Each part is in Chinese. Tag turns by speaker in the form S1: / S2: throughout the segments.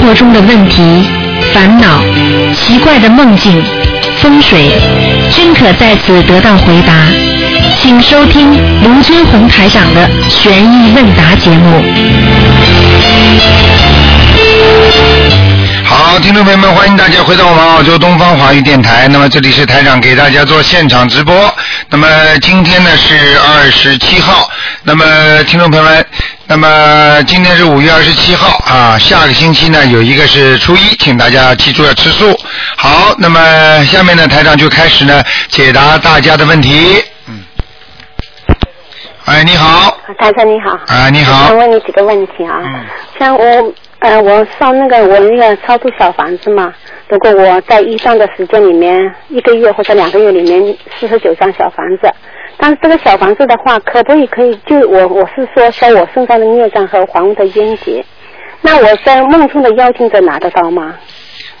S1: 活中的问题、烦恼、奇怪的梦境、风水，均可在此得到回答。请收听卢军红台长的《悬疑问答》节目。
S2: 好，听众朋友们，欢迎大家回到我们澳洲东方华语电台。那么这里是台长给大家做现场直播。那么今天呢是二十七号，那么听众朋友们，那么今天是五月二十七号啊，下个星期呢有一个是初一，请大家记住要吃素。好，那么下面呢台长就开始呢解答大家的问题。嗯。哎，你好，
S3: 台长啊你好，
S2: 哎，你
S3: 我
S2: 好
S3: 想，问你几个问题啊。
S2: 嗯
S3: 像我呃，我上那个我那个超度小房子嘛，如果我在一上的时间里面，一个月或者两个月里面四十九张小房子，但是这个小房子的话，可不可以可以就我我是说消我身上的孽障和房屋的冤结，那我在梦中的妖精者拿得到吗？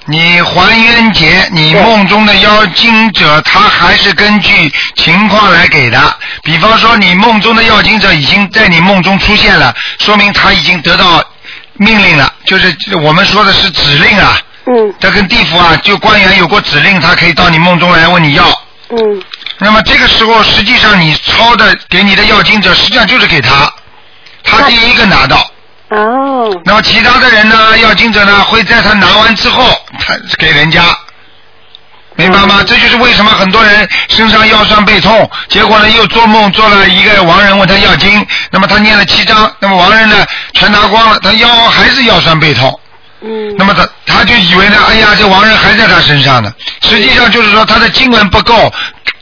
S2: 你还冤结，你
S3: 对
S2: 梦中的妖精者，他还是根据情况来给的。比方说，你梦中的妖精者已经在你梦中出现了，说明他已经得到命令了，就是我们说的是指令啊。
S3: 嗯
S2: 这跟地府啊，就官员有过指令，他可以到你梦中来问你要。
S3: 嗯
S2: 那么这个时候，实际上你抄的给你的要经者，实际上就是给他，他第一个拿到。
S3: 哦
S2: 那么其他的人呢，要经者呢，会在他拿完之后，他给人家，明白吗？
S3: 嗯
S2: 这就是为什么很多人身上腰酸背痛，结果呢又做梦做了一个亡人问他要经，那么他念了七章，那么亡人呢全拿光了，他腰还是腰酸背痛，
S3: 嗯
S2: 那么他他就以为呢，哎呀，这亡人还在他身上呢，实际上就是说他的经文不够。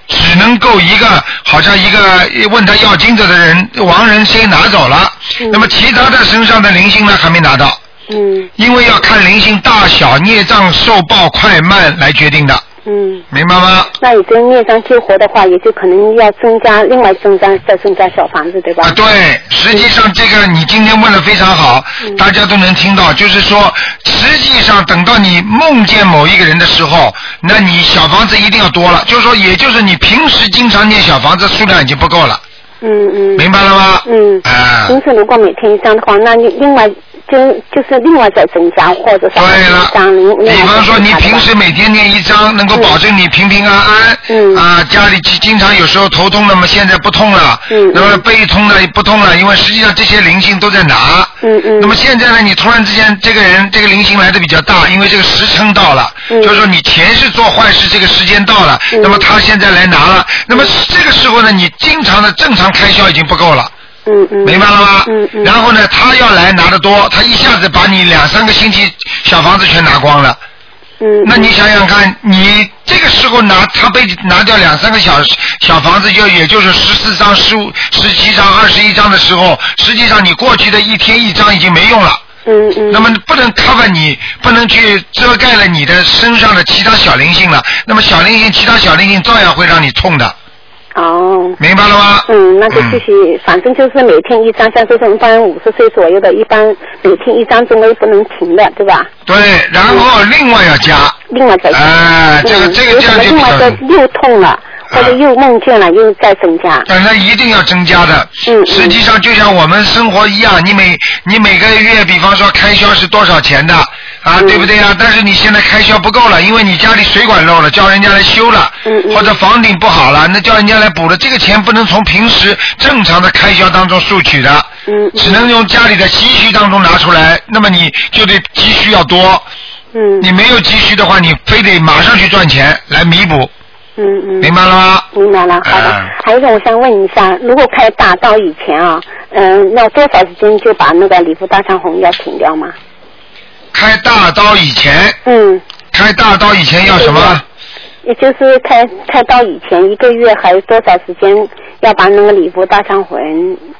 S2: 只能够一个，好像一个问他要经者的人，亡人先拿走了，
S3: 嗯
S2: 那么其他的身上的灵性呢还没拿到，
S3: 嗯
S2: 因为要看灵性大小、孽障受报快慢来决定的，
S3: 嗯，
S2: 明白吗？
S3: 那已经孽障激活的话，也就可能要增加另外增加再增加小房子对吧？
S2: 啊，对，实际上这个你今天问的非常好，
S3: 嗯
S2: 大家都能听到。就是说，实际上等到你梦见某一个人的时候，那你小房子一定要多了。就是说，也就是你平时经常念小房子数量已经不够了，
S3: 嗯嗯。
S2: 明白了吗？
S3: 嗯
S2: 啊，
S3: 平时如果每天一张的话，那你另外就就是另外再增加，或者是
S2: 对了
S3: 一张，另，
S2: 比
S3: 另外
S2: 方说
S3: 再增
S2: 你
S3: 加
S2: 平时每天念一张，能够保证你平平安安。
S3: 嗯
S2: 啊，家里经经常有时候头痛，那么现在不痛了。
S3: 嗯嗯
S2: 那么背痛了也不痛了，因为实际上这些灵性都在拿。
S3: 嗯嗯
S2: 那么现在呢，你突然之间这个人这个灵性来的比较大，因为这个时辰到了，
S3: 嗯
S2: 就是说你前世做坏事这个时间到了，
S3: 嗯
S2: 那么他现在来拿了，那么这个时候呢，你经常的正常开销已经不够了。
S3: 嗯嗯
S2: 明白了吗？
S3: 嗯嗯。
S2: 然后呢，他要来拿的多，他一下子把你两三个星期小房子全拿光了。
S3: 嗯，
S2: 那你想想看，你这个时候拿他被拿掉两三个小小房子，就也就是十四张、十五、十七张、二十一张的时候，实际上你过去的一天一张已经没用了。
S3: 嗯嗯
S2: 那么不能 cover 你，不能去遮盖了你的身上的其他小灵性了。那么小灵性，其他小灵性照样会让你痛的，
S3: 哦。
S2: 明白了吗？
S3: 嗯，那就继续，反正就是每天一张，像这种一般五十岁左右的，一般每天一张总归不能停的，对吧？
S2: 对，然后另外要加。
S3: 另外再增加
S2: 哎这个
S3: 嗯
S2: 这个
S3: 有
S2: 这样
S3: 可
S2: 就
S3: 能另
S2: 比较
S3: 外再又痛了，或者
S2: 啊
S3: 又梦见了，又再增加。
S2: 但那一定要增加的。
S3: 嗯嗯
S2: 实际上就像我们生活一样，你每你每个月，比方说开销是多少钱的啊，
S3: 嗯
S2: 对不对啊？但是你现在开销不够了，因为你家里水管漏了，叫人家来修了，
S3: 嗯嗯
S2: 或者房顶不好了，那叫人家来补了。这个钱不能从平时正常的开销当中收取的。
S3: 嗯
S2: 只能用家里的积蓄当中拿出来，那么你就得积蓄要多。
S3: 嗯
S2: 你没有积蓄的话，你非得马上去赚钱来弥补，
S3: 嗯嗯。
S2: 明白了吗？
S3: 明白了，好的
S2: 嗯。
S3: 还有一个，我想问一下，如果开大道以前啊，嗯，要多少时间就把那个礼佛大忏红要停掉吗？
S2: 开大刀以前，
S3: 嗯，
S2: 开大刀以前要什
S3: 对
S2: 么
S3: 的？也就是开开刀以前一个月还有多少时间要把那个礼佛大忏魂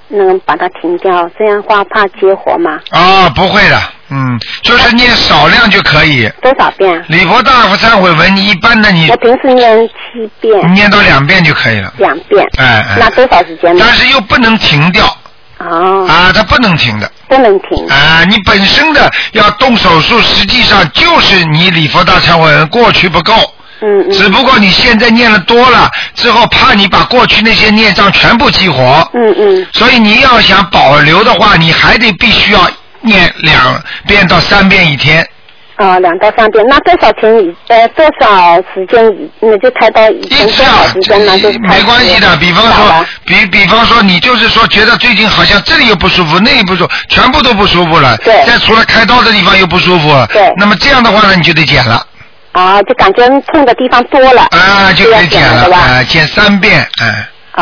S3: 那个把它停掉？这样的话怕结活嘛？
S2: 啊、不会的，嗯，就是念少量就可以。
S3: 多少遍啊？
S2: 礼佛大佛忏悔文，一般的你
S3: 我平时念七遍，
S2: 念到两遍就可以了，
S3: 两遍。
S2: 哎哎
S3: 那多少时间呢？
S2: 但是又不能停掉
S3: 哦，
S2: 啊，它不能停的
S3: 不能停。
S2: 啊。你本身的要动手术，实际上就是你礼佛大忏悔文过去不够，
S3: 嗯
S2: 只
S3: 嗯
S2: 不过你现在念了多了之后，怕你把过去那些孽障全部激活，
S3: 嗯嗯
S2: 所以你要想保留的话，你还得必须要念两遍到三遍一天。
S3: 啊、两到三遍，那多少天以呃多少时间以那就开到以前
S2: 一次
S3: 多
S2: 啊
S3: 少时，间呢？就是开
S2: 没关系的。
S3: 始
S2: 比方
S3: 好
S2: 说
S3: 吧，
S2: 比比方说，你就是说觉得最近好像这里又不舒服，那里不舒服，全部都不舒服了。
S3: 对
S2: 再除了开刀的地方又不舒服。
S3: 对
S2: 那么这样的话呢，你就得减了
S3: 啊，就感觉痛的地方多了。
S2: 啊，就
S3: 这
S2: 可
S3: 样
S2: 以减
S3: 讲
S2: 了
S3: 对吧？
S2: 啊，减三遍，嗯，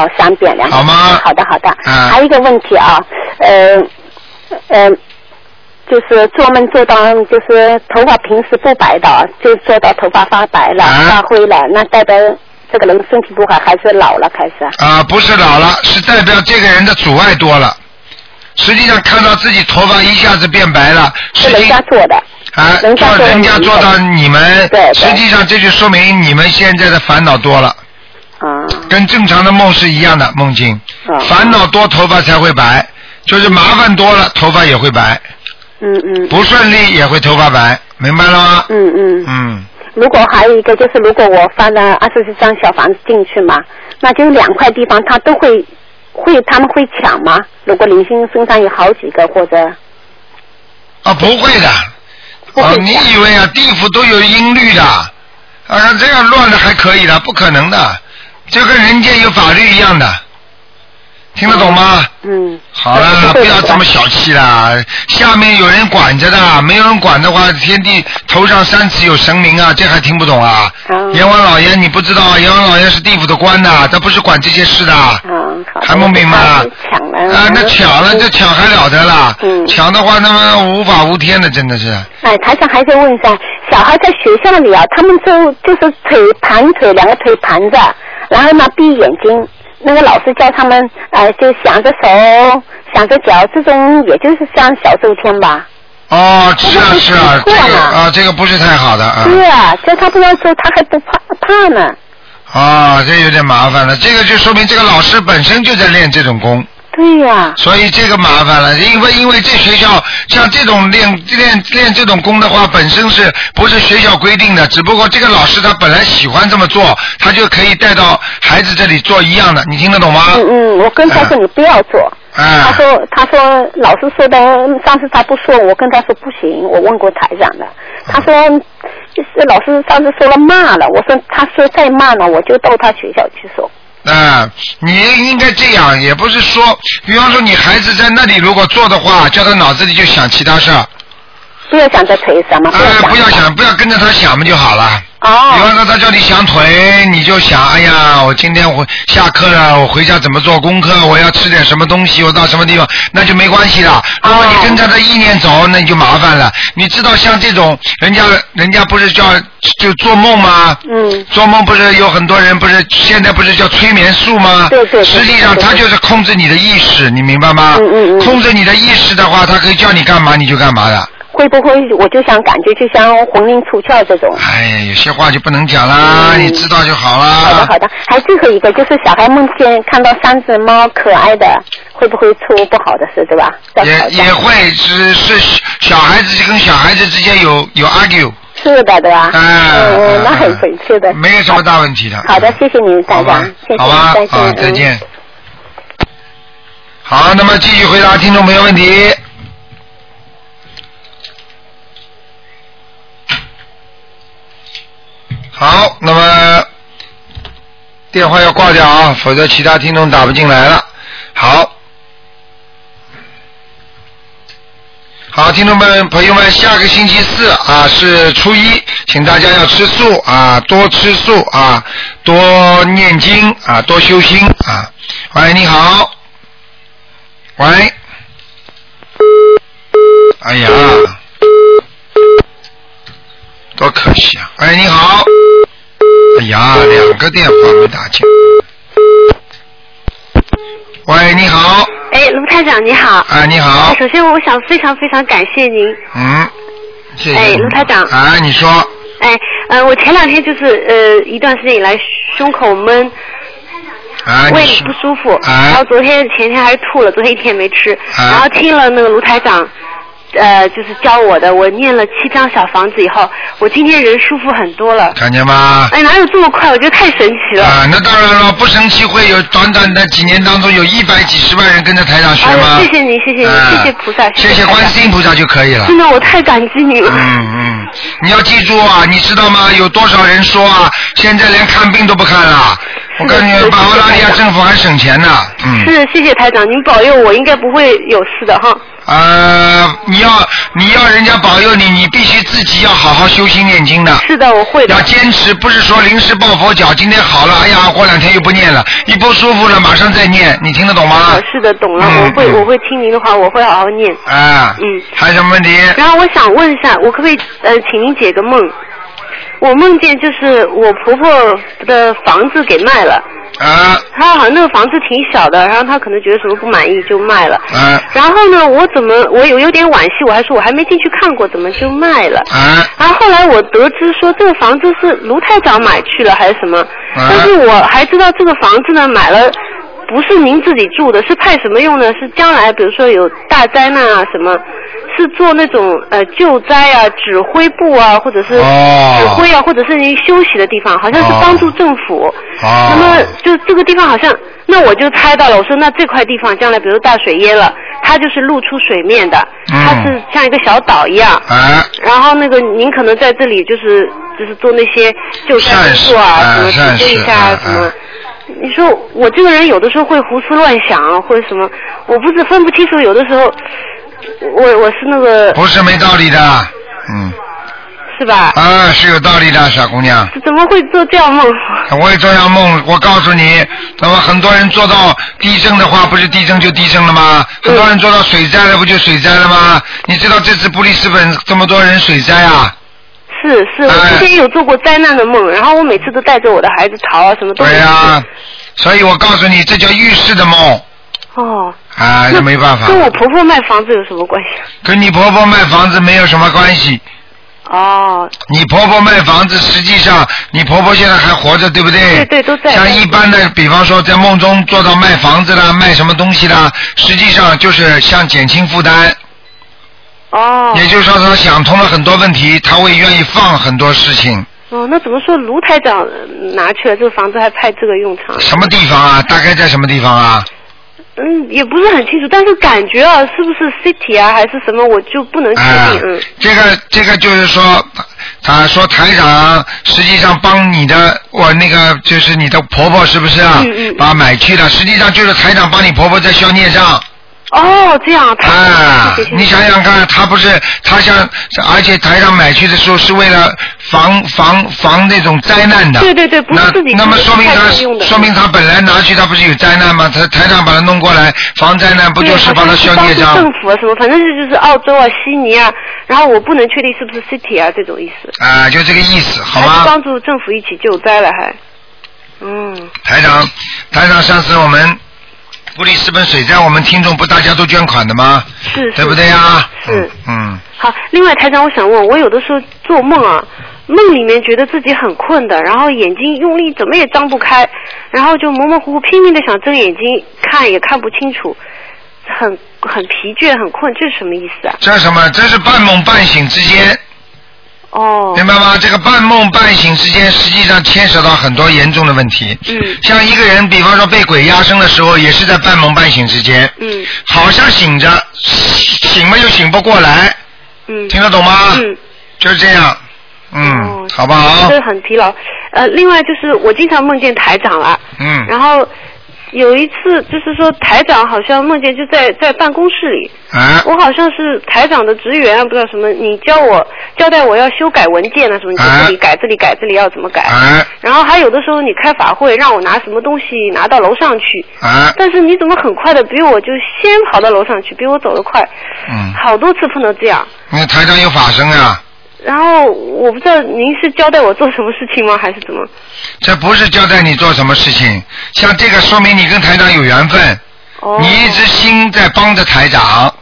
S3: 哦，三遍两
S2: 好吗
S3: 好的好的。
S2: 嗯
S3: 还有一个问题啊，呃呃，就是做梦做到就是头发平时不白的啊，就做到头发发白了、
S2: 啊
S3: 发灰了，那代表这个人身体不好还是老了开始啊？
S2: 啊，不是老了，是代表这个人的阻碍多了。实际上看到自己头发一下子变白了，
S3: 是
S2: 实
S3: 人
S2: 际
S3: 家做的。
S2: 啊，
S3: 人家
S2: 做
S3: 做
S2: 人
S3: 你
S2: 家
S3: 们
S2: 做到你们
S3: 对，对
S2: 实际上这就说明你们现在的烦恼多了，
S3: 啊、
S2: 跟正常的梦是一样的梦境。
S3: 嗯
S2: 烦恼多，头发才会白，就是麻烦多了，头发也会白，
S3: 嗯嗯
S2: 不顺利也会头发白，明白了吗？
S3: 嗯嗯。
S2: 嗯，
S3: 如果还有一个就是，如果我放了二十四张小房子进去嘛，那就两块地方他都会会他们会抢吗？如果林星身上有好几个或者
S2: 啊，不会的，
S3: 不
S2: 哦
S3: 会，
S2: 你
S3: 抢，
S2: 以为啊，地府都有音律的，啊，这样乱的还可以的，不可能的，就跟人间有法律一样的，听得懂吗？
S3: 嗯，
S2: 好了，不要这么小气啦！下面有人管着的，没有人管的话，天地头上三尺有神明啊，这还听不懂啊？
S3: 嗯
S2: 阎王老爷，你不知道，啊阎王老爷是地府的官呐，他不是管这些事的，
S3: 嗯，好的
S2: 还不明白啊
S3: 他就抢了
S2: 啊，那抢了，这抢还了得啦？
S3: 嗯
S2: 抢的话，那么无法无天的，真的是。
S3: 哎，台上还在问一下，小孩在学校里啊，他们就就是腿盘腿，两个腿盘着，然后呢闭眼睛。那个老师教他们，呃，就想着手，想着脚，这种也就是像小咒天吧。
S2: 哦，是啊
S3: 这个
S2: 是啊，这
S3: 不错
S2: 个
S3: 嘛
S2: 啊这个不是太好的啊。
S3: 对啊，叫他不要做，他还不怕怕呢。
S2: 啊，这有点麻烦了，这个就说明这个老师本身就在练这种功。
S3: 对呀、
S2: 所以这个麻烦了，因为因为这学校像这种练练练这种功的话，本身是不是学校规定的？只不过这个老师他本来喜欢这么做，他就可以带到孩子这里做一样的，你听得懂吗？
S3: 嗯嗯，我跟他说
S2: 哎
S3: 你不要做。他
S2: 啊、
S3: 说，他说老师说的，上次他不说，我跟他说不行，我问过台长的，他说，
S2: 嗯
S3: 是老师上次说了骂了，我说他说再骂呢，我就到他学校去说。
S2: 啊、你应该这样，也不是说，比方说你孩子在那里如果做的话，叫他脑子里就想其他事儿，
S3: 不要想着腿什么，
S2: 哎、不
S3: 不
S2: 要
S3: 要
S2: 想，不要跟着他想不就好了。比
S3: 哦，
S2: 方说他叫你想腿，你就想，哎呀，我今天我下课了，我回家怎么做功课？我要吃点什么东西？我到什么地方？那就没关系了。如
S3: 哦
S2: 果你跟着他意念走，那你就麻烦了。你知道像这种人家人家不是叫就做梦吗？
S3: 嗯，
S2: 做梦不是有很多人不是现在不是叫催眠术吗？
S3: 对对对
S2: 实际上他就是控制你的意识，你明白吗？
S3: 嗯嗯嗯
S2: 控制你的意识的话，他可以叫你干嘛你就干嘛的。
S3: 会不会我就想感觉就像魂灵出窍这种。
S2: 哎呀，有些话就不能讲啦，
S3: 嗯
S2: 你知道就好啦。
S3: 好的好的，还最后一个就是小孩梦见看到三只猫可爱的，会不会出不好的事，对吧？在吵架
S2: 也也会是是小孩子跟小孩子之间有有 argue，
S3: 是的，对吧？
S2: 啊、
S3: 嗯，那很
S2: 会
S3: 回去的。
S2: 没有什么大问题的。
S3: 好的，谢谢您，
S2: 好
S3: 台
S2: 吧
S3: 长，谢谢，
S2: 好吧，
S3: 再见嗯
S2: 啊，，再见。好，那么继续回答听众朋友问题。好，那么电话要挂掉啊，否则其他听众打不进来了。好，好，听众们朋友们，下个星期四啊是初一，请大家要吃素啊，多吃素啊，多念经啊，多修心啊。喂，你好，喂，哎呀，多可惜啊！喂，你好，哎 呀，两个电话没打进。喂，你好，
S4: 哎，卢台长你好。
S2: 啊，你好
S4: 哎，首先我想非常非常感谢您。
S2: 嗯，谢谢。
S4: 哎卢台长
S2: 啊，你说，
S4: 哎，呃，我前两天就是呃一段时间以来胸口闷，
S2: 啊，你
S4: 胃里
S2: 说
S4: 不舒服，
S2: 哎
S4: 然后昨天前天还吐了，昨天一天没吃，
S2: 哎
S4: 然后听了那个卢台长呃就是教我的，我念了七张小房子以后，我今天人舒服很多了。
S2: 看见吗？
S4: 哎，哪有这么快？我觉得太神奇了。
S2: 啊，那当然了，不生气会有短短的几年当中有一百几十万人跟着台长学吗？
S4: 哎谢谢您谢谢您
S2: 啊
S4: 谢谢菩萨谢谢
S2: 谢谢
S4: 台长
S2: 观世音菩萨就可以了。
S4: 真的，我太感激你了。
S2: 嗯嗯，你要记住啊，你知道吗？有多少人说啊，现在连看病都不看了。我感
S4: 是
S2: 觉
S4: 的
S2: 巴布拉利
S4: 是
S2: 亚
S4: 的
S2: 政府还省钱呢。嗯。
S4: 是，谢谢台长，您保佑我，应该不会有事的哈。
S2: 呃，你要你要人家保佑你，你必须自己要好好修心念经的。
S4: 是的，我会的
S2: 要。坚持，不是说临时抱佛脚，今天好了，哎呀，过两天又不念了，一不舒服了马上再念，你听得懂吗
S4: 啊？是的，懂了，
S2: 嗯
S4: 我会，
S2: 嗯
S4: 我会听您的话，我会好好念。
S2: 啊，
S4: 嗯
S2: 还有什么问题？
S4: 然后我想问一下，我可不可以呃，请您解个梦？我梦见就是我婆婆的房子给卖了，
S2: 啊
S4: 她好像那个房子挺小的，然后她可能觉得什么不满意就卖了。
S2: 啊
S4: 然后呢，我怎么我有有点惋惜，我还说我还没进去看过，怎么就卖了？
S2: 啊！
S4: 然后后来我得知说这个房子是卢台长买去了还是什么，但是
S2: 啊
S4: 我还知道这个房子呢买了不是您自己住的，是派什么用呢？是将来比如说有大灾难啊什么，是做那种呃救灾啊、指挥部啊，或者是
S2: 哦
S4: 指挥啊，或者是您休息的地方，好像是
S2: 哦
S4: 帮助政府。
S2: 哦
S4: 那么就这个地方好像，那我就猜到了，我说那这块地方将来比如大水淹了，它就是露出水面的，它
S2: 嗯
S4: 是像一个小岛一样。
S2: 啊，
S4: 然后那个您可能在这里就是就是做那些救灾
S2: 善
S4: 工
S2: 事
S4: 作啊，
S2: 啊
S4: 什么
S2: 善
S4: 指挥
S2: 事
S4: 一下
S2: 啊
S4: 什么
S2: 啊。
S4: 你说我这个人有的时候会胡思乱想啊，或者什么，我不是分不清楚。有的时候，我我是那 个
S2: 不是没道理的，
S4: 啊
S2: 嗯，
S4: 是吧？
S2: 啊，是有道理的，傻姑娘。
S4: 怎么会做这样梦？
S2: 我也做样梦，我告诉你，那么很多人做到地震的话，不是地震就地震了吗？很多人做到水灾了，不就水灾了吗？你知道这次布里斯本这么多人水灾啊？
S4: 是
S2: 哎
S4: 是，我之前有做过灾难的梦，然后我每次都带着我的孩子逃啊，什么都没
S2: 对
S4: 有。
S2: 呀、所以我告诉你，这叫预示的梦
S4: 哦，
S2: 啊，那没办法，
S4: 跟我婆婆卖房子有什么关系？
S2: 跟你婆婆卖房子没有什么关系。
S4: 哦，
S2: 你婆婆卖房子，实际上你婆婆现在还活着，对不对？
S4: 对对都在
S2: 像一般的，比方说在梦中做到卖房子啦，卖什么东西
S4: 嗯
S2: 啦，实际上就是像减轻负担。
S4: 哦，
S2: 也就是说，他想通了很多问题，他会愿意放很多事情。
S4: 哦，那怎么说卢台长呃拿去了这个房子还派这个用场？
S2: 什么地方啊？大概在什么地方啊？
S4: 嗯，也不是很清楚，但是感觉啊，是不是 city 啊还是什么，我就不能确
S2: 啊
S4: 定。嗯，，
S2: 这个这个就是说，他说台长实际上帮你的，我那个就是你的婆婆是不是啊？
S4: 嗯嗯
S2: 把买去了，实际上就是台长帮你婆婆在消孽障。
S4: 哦，这样，太好
S2: 啊
S4: 了谢谢，谢谢
S2: 你想想看，他不是他想，而且台上买去的时候是为了防防防那种灾难的。
S4: 对对对不是
S2: 那
S4: 自己
S2: 那么
S4: 自己
S2: 说明
S4: 太
S2: 他
S4: 自用的
S2: 说明他本来拿去他不是有灾难吗？他台上把他弄过来防灾难，不
S4: 对
S2: 就是帮
S4: 好
S2: 他
S4: 像是
S2: 消
S4: 帮
S2: 孽
S4: 助
S2: 障？
S4: 政府啊什么，反正是就是澳洲啊、悉尼啊，然后我不能确定是不是 city 啊这种意思，
S2: 啊，就这个意思，好
S4: 还是
S2: 吗？
S4: 帮助政府一起救灾了还。嗯，
S2: 台长，台长，上次我们布里斯本水灾，我们听众不大家都捐款的吗？
S4: 是是
S2: 对不对呀？
S4: 是
S2: 嗯。嗯
S4: 好，另外台长，我想问，我有的时候做梦啊，梦里面觉得自己很困的，然后眼睛用力怎么也张不开，然后就模模糊糊拼命的想睁眼睛看也看不清楚，很很疲倦很困，这是什么意思啊？
S2: 这什么？这是半梦半醒之间。
S4: 哦，
S2: 明白吗？这个半梦半醒之间，实际上牵扯到很多严重的问题。
S4: 嗯
S2: 像一个人，比方说被鬼压身的时候，也是在半梦半醒之间。
S4: 嗯
S2: 好像醒着，醒了又醒不过来，
S4: 嗯
S2: 听得懂吗？
S4: 嗯，
S2: 就是这样。嗯，
S4: 哦
S2: 好不好
S4: 真？的很疲劳。呃，另外就是我经常梦见台长了，
S2: 嗯，
S4: 然后有一次就是说台长好像梦见就在在办公室里，
S2: 啊，
S4: 我好像是台长的职员，啊不知道什么，你教我交代我要修改文件啊什么，你就
S2: 啊
S4: 这里改这里改这里要怎么改。
S2: 啊
S4: 然后还有的时候你开法会让我拿什么东西拿到楼上去，
S2: 啊，
S4: 但是你怎么很快的比我就先跑到楼上去，比我走得快，
S2: 嗯，
S4: 好多次碰到这样。
S2: 那台上有法身啊，
S4: 然后我不知道您是交代我做什么事情吗，还是怎么？
S2: 这不是交代你做什么事情，像这个说明你跟台长有缘分。
S4: 哦，
S2: 你一直心在帮着台长，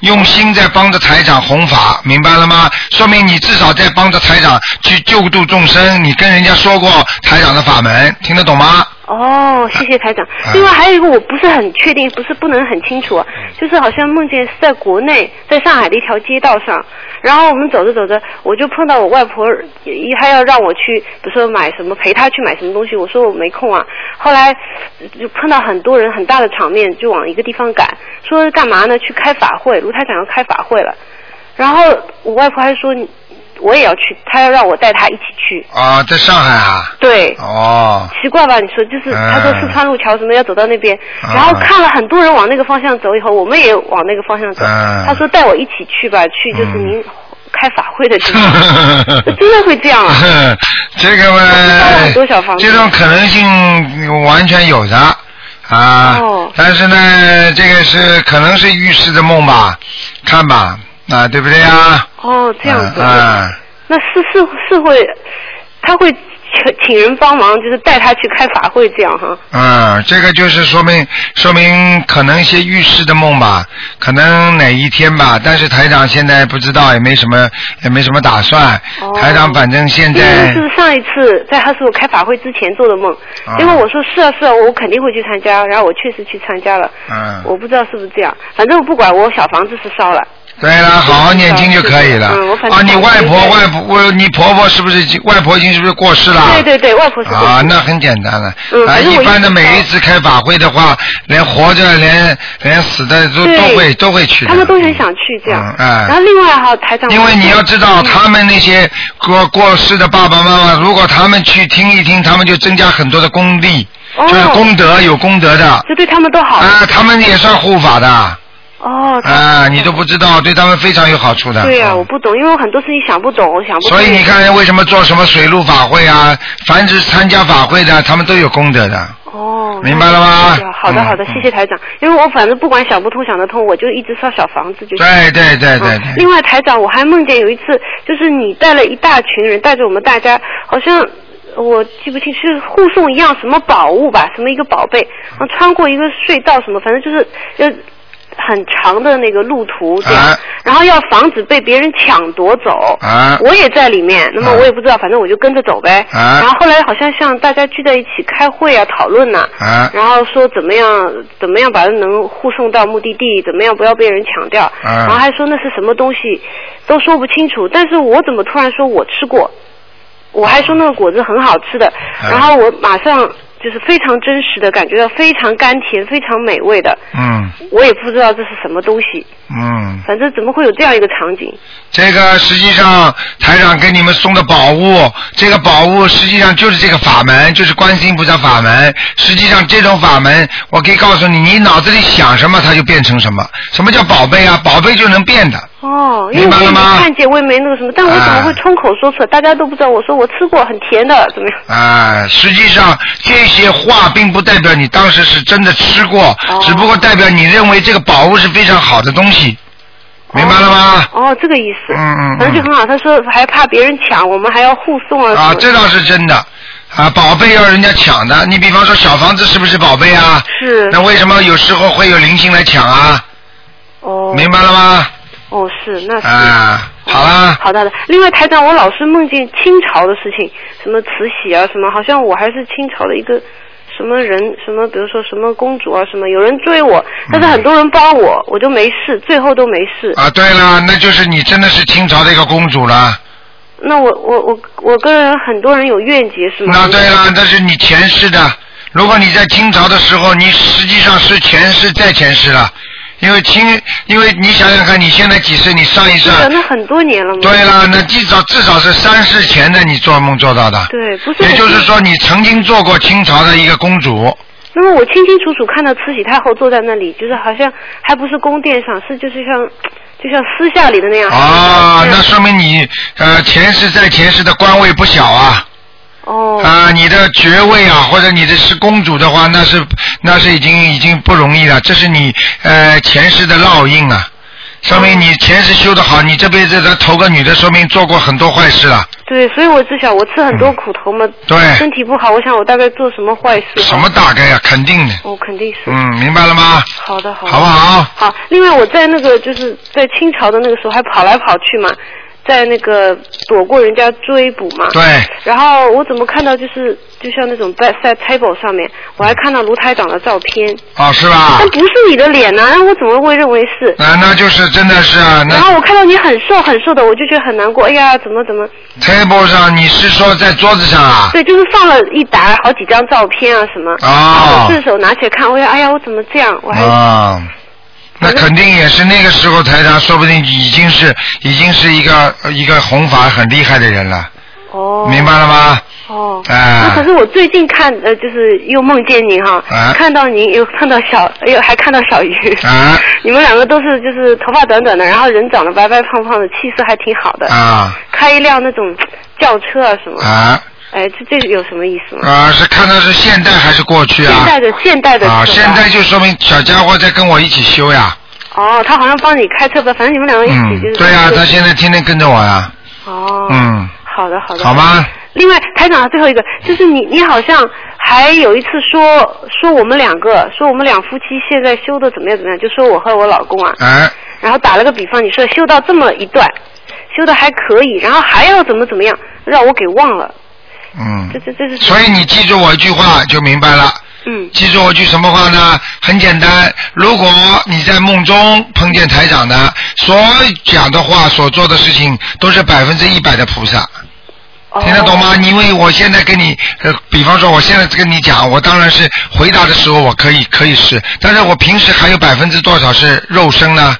S2: 用心在帮着台长弘法，明白了吗？说明你至少在帮着台长去救度众生。你跟人家说过台长的法门，听得懂吗？
S4: 哦，谢谢台长。另外还有一个我不是很确定，不是不能很清楚，啊就是好像梦见是在国内，在上海的一条街道上，然后我们走着走着，我就碰到我外婆，一还要让我去，比如说买什么陪她去买什么东西，我说我没空啊。后来就碰到很多人，很大的场面，就往一个地方赶，说干嘛呢？去开法会，卢台长要开法会了。然后我外婆还说你我也要去，她要让我带她一起去。
S2: 啊，在上海啊。
S4: 对，
S2: 哦，
S4: 奇怪吧？你说就是，
S2: 嗯
S4: 他说四川路桥什么要走到那边，
S2: 嗯
S4: 然后看了很多人往那个方向走，以后我们也往那个方向走。
S2: 嗯
S4: 他说带我一起去吧，去就是您开法会的地方， 真的会这样啊？
S2: 这个
S4: 烧了很多小
S2: 嘛
S4: 房，子
S2: 这种可能性完全有的啊
S4: 哦，
S2: 但是呢，这个是可能是预示的梦吧，看吧，啊，对不对呀？
S4: 哦，这样子，
S2: 啊，
S4: 那是是是会，他会请请人帮忙，就是带他去开法会这样哈。
S2: 嗯，这个就是说明说明可能一些预示的梦吧，可能哪一天吧，但是台长现在不知道，也没什么也没什么打算。
S4: 哦
S2: 台长反正现
S4: 因为
S2: 在
S4: 是上一次在哈斯我开法会之前做的梦，结果我说是啊是啊，我肯定会去参加，然后我确实去参加了。
S2: 嗯，
S4: 我不知道是不是这样，反正我不管，我小房子是烧了。
S2: 对了，好好念经就可以了。
S4: 嗯我反正
S2: 啊，你外婆
S4: 我
S2: 外婆，我你婆婆是不是已经外婆已经是不是过世了？
S4: 对对对，外婆是鬼
S2: 啊，那很简单了。
S4: 嗯
S2: 啊，
S4: 反正
S2: 一
S4: 我
S2: 般
S4: 一
S2: 的
S4: 直
S2: 每
S4: 到
S2: 一次开法会的话，连活着连连死的都
S4: 对
S2: 都会都会去的。
S4: 他们都很想去这样。
S2: 嗯哎
S4: 然后另外哈，台长，嗯
S2: 因为你要知道，他们那些过过世的爸爸妈妈，如果他们去听一听，他们就增加很多的功力，
S4: 哦
S2: 就是功德有功德的，啊、
S4: 这对他们都好。
S2: 他们也算护法的，啊、
S4: 哦，
S2: 你都不知道，对他们非常有好处的。
S4: 对呀、
S2: 嗯
S4: 我不懂，因为我很多事情想不啊懂，我想不通。
S2: 所以你看，为什么做什么水陆法会啊，凡是参加法会的，他们都有功德的。
S4: 哦，
S2: 明白了吗
S4: 那好的
S2: 嗯
S4: 好的，谢谢台长。因为我反正不管想不通想得通，我就一直烧小房子就行。
S2: 对对对对
S4: 嗯
S2: 对
S4: 另，外，台长，我还梦见有一次，就是你带了一大群人，带着我们大家，好像我记不清是护送一样什么宝物吧，什么一个宝贝，然后穿过一个隧道什么，反正就是呃很长的那个路途这样，
S2: 啊
S4: 然后要防止被别人抢夺走。
S2: 啊
S4: 我也在里面，那么
S2: 啊
S4: 我也不知道，反正我就跟着走呗。
S2: 啊
S4: 然后后来好像像大家聚在一起开会啊，讨论呐、
S2: 啊
S4: 然后说怎么样怎么样把它能护送到目的地，怎么样不要被人抢掉，
S2: 嗯
S4: 然后还说那是什么东西，都说不清楚。但是我怎么突然说我吃过，我还说那个果子很好吃的，
S2: 嗯
S4: 然后我马上就是非常真实的感觉到非常甘甜、非常美味的，
S2: 嗯
S4: 我也不知道这是什么东西，
S2: 嗯。
S4: 反正怎么会有这样一个场景？
S2: 这个实际上台长给你们送的宝物，这个宝物实际上就是这个法门，就是观世音菩萨法门。实际上这种法门，我可以告诉你，你脑子里想什么，它就变成什么。什么叫宝贝啊？宝贝就能变的。
S4: 哦，因为
S2: 明
S4: 我也没
S2: 白了吗
S4: 看见，我也没那个什么，但我怎么
S2: 哎
S4: 会冲口说出来？大家都不知道，我说我吃过，很甜的，怎么 样？
S2: 啊，实际上这些话并不代表你当时是真的吃过，
S4: 哦
S2: 只不过代表你认为这个宝物是非常好的东西，明白了吗？
S4: 哦，这个意思。
S2: 嗯嗯嗯
S4: 反正就很好。他说还怕别人抢，我们还要护送啊。什
S2: 啊，
S4: 么的
S2: 这倒是真的。啊，宝贝要人家抢的，你比方说小房子是不是宝贝啊？
S4: 是
S2: 那为什么有时候会有灵性来抢啊？
S4: 哦，
S2: 明白了吗？
S4: 哦，是那是。
S2: 啊，好啦，
S4: 好的，好的。另外，台长，我老是梦见清朝的事情，什么慈禧啊，什么，好像我还是清朝的一个什么人，什么，比如说什么公主啊，什么，有人追我，但是很多人帮我，我就没事，最后都没事。
S2: 嗯啊，对了，那就是你真的是清朝的一个公主了。
S4: 那我我我我跟人很多人有怨结是吗？
S2: 那对了，那是你前世的。如果你在清朝的时候，你实际上是前世再前世了，因为清，因为你想想看，你现在几岁？你上一
S4: 是的，
S2: 算，
S4: 那很多年了嘛。
S2: 对了，那至少至少是三世前的你做梦做到的。
S4: 对，不是。
S2: 也就是，说，你曾经做过清朝的一个公主，
S4: 那么我清清楚楚看到慈禧太后坐在那里，就是好像还不是宫殿上，是就是像就像私下里的那样。
S2: 啊，
S4: 这
S2: 那
S4: 样
S2: 说明你呃前世在前世的官位不小啊，
S4: 哦。
S2: 啊，你的爵位啊，或者你的是公主的话，那是那是已经已经不容易了，这是你呃前世的烙印啊，说明你前世修得好，你这辈子再投个女的，说明做过很多坏事了，
S4: 对，所以我只想我吃很多苦头嘛，
S2: 嗯对
S4: 身体不好，我想我大概做什么坏事？
S2: 什么？大概呀、肯定的，
S4: 我哦肯定是。
S2: 嗯，明白了吗？
S4: 好的，好的。
S2: 好不好？
S4: 好，另外我在那个就是在清朝的那个时候还跑来跑去嘛，在那个躲过人家追捕嘛。
S2: 对。
S4: 然后我怎么看到就是就像那种在在 table 上面，我还看到卢台长的照片。
S2: 哦，是吧？
S4: 但不是你的脸呐、哎那我怎么会认为是？
S2: 啊，那就是真的是啊，那
S4: 然后我看到你很瘦很瘦的，我就觉得很难过。哎呀，怎么怎么？
S2: table 上你是说在桌子上啊？
S4: 对，就是放了一沓好几张照片啊什么。
S2: 哦
S4: 我顺手拿起来看，我想，哎呀，我怎么这样？我还、
S2: 啊，那肯定也是那个时候台长，说不定已经是已经是一个一个弘法很厉害的人了，
S4: 哦。
S2: 明白了吗？
S4: 哦，
S2: 啊
S4: 那可是我最近看呃，就是又梦见您哈，
S2: 啊
S4: 看到您又看到小，又还看到小鱼，
S2: 啊
S4: 你们两个都是就是头发短短的，然后人长得白白胖胖的，气色还挺好的，
S2: 啊
S4: 开一辆那种轿车啊什么，
S2: 啊
S4: 哎，这这个有什么意思吗？
S2: 啊！是看到是现代还是过去
S4: 现
S2: 啊？
S4: 代的现代的
S2: 啊，
S4: 车吧
S2: 现在就说明小家伙在跟我一起修呀。
S4: 哦，他好像帮你开车吧，反正你们两个一
S2: 嗯
S4: 起哎就是、，
S2: 对呀、他现在天天跟着我呀。
S4: 哦，
S2: 嗯，
S4: 好的好的，
S2: 好吗？
S4: 另外，台长最后一个就是你，你好像还有一次说说我们两个，说我们两夫妻现在修的怎么样怎么样，就说我和我老公啊，
S2: 哎，
S4: 然后打了个比方，你说修到这么一段，修的还可以，然后还要怎么怎么样，让我给忘了，
S2: 嗯
S4: 这。这这是什么
S2: 所以你记住我一句话就明白了。
S4: 嗯
S2: 记住我句什么话呢？很简单，如果你在梦中碰见台长的，所讲的话、所做的事情都是百分之一百的菩萨，
S4: 哦
S2: 听得懂吗？因为我现在跟你，呃，比方说我现在跟你讲，我当然是回答的时候我可以可以是，但是我平时还有百分之多少是肉身呢？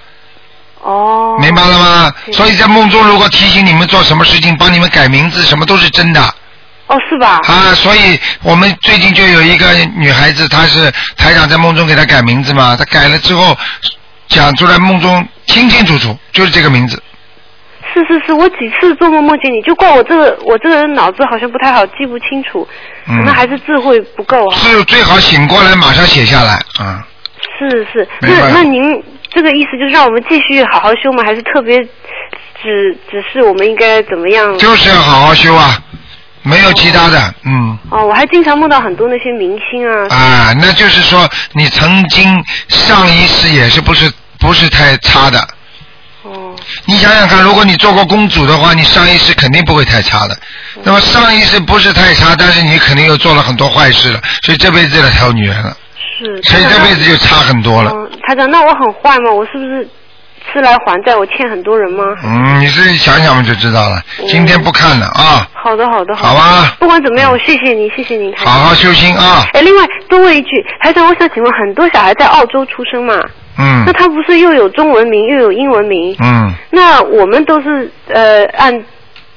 S4: 哦，
S2: 明白了吗？
S4: 对
S2: 所以在梦中如果提醒你们做什么事情，帮你们改名字，什么都是真的。
S4: 哦是吧？
S2: 啊，所以我们最近就有一个女孩子，她是台长在梦中给她改名字嘛，她改了之后讲出来梦中清清楚楚，就是这个名字。
S4: 是是是，我几次做梦梦见你，就怪我这个我这个人脑子好像不太好，记不清楚，
S2: 嗯
S4: 可能还是智慧不够啊。
S2: 是最好醒过来马上写下来啊、
S4: 是是，那
S2: 明白
S4: 那您这个意思就是让我们继续好好修吗？还是特别只只是我们应该怎么样？
S2: 就是要好好修啊，没有其他的，嗯。
S4: 哦，我还经常梦到很多那些明星啊，
S2: 啊，那就是说你曾经上一世也是不是不是太差的。
S4: 哦，
S2: 你想想看，如果你做过公主的话，你上一世肯定不会太差的。
S4: 嗯
S2: 那么上一世不是太差，但是你肯定又做了很多坏事了，所以这辈子来挑女人了，
S4: 是。
S2: 啊所以
S4: 他
S2: 这
S4: 讲
S2: 辈子就差很多了。
S4: 嗯，他讲那我很坏吗？我是不是吃来还债？我欠很多人吗？
S2: 嗯，你自己想想嘛就知道了。
S4: 嗯
S2: 今天不看了啊，
S4: 好的，好的，
S2: 好
S4: 的
S2: 吧
S4: 不管怎么样，我谢谢您，谢谢您，台长
S2: 好好修心啊。
S4: 哎，另外多问一句，台长，我想请问，很多小孩在澳洲出生嘛，
S2: 嗯
S4: 那他不是又有中文名又有英文名？
S2: 嗯，
S4: 那我们都是呃按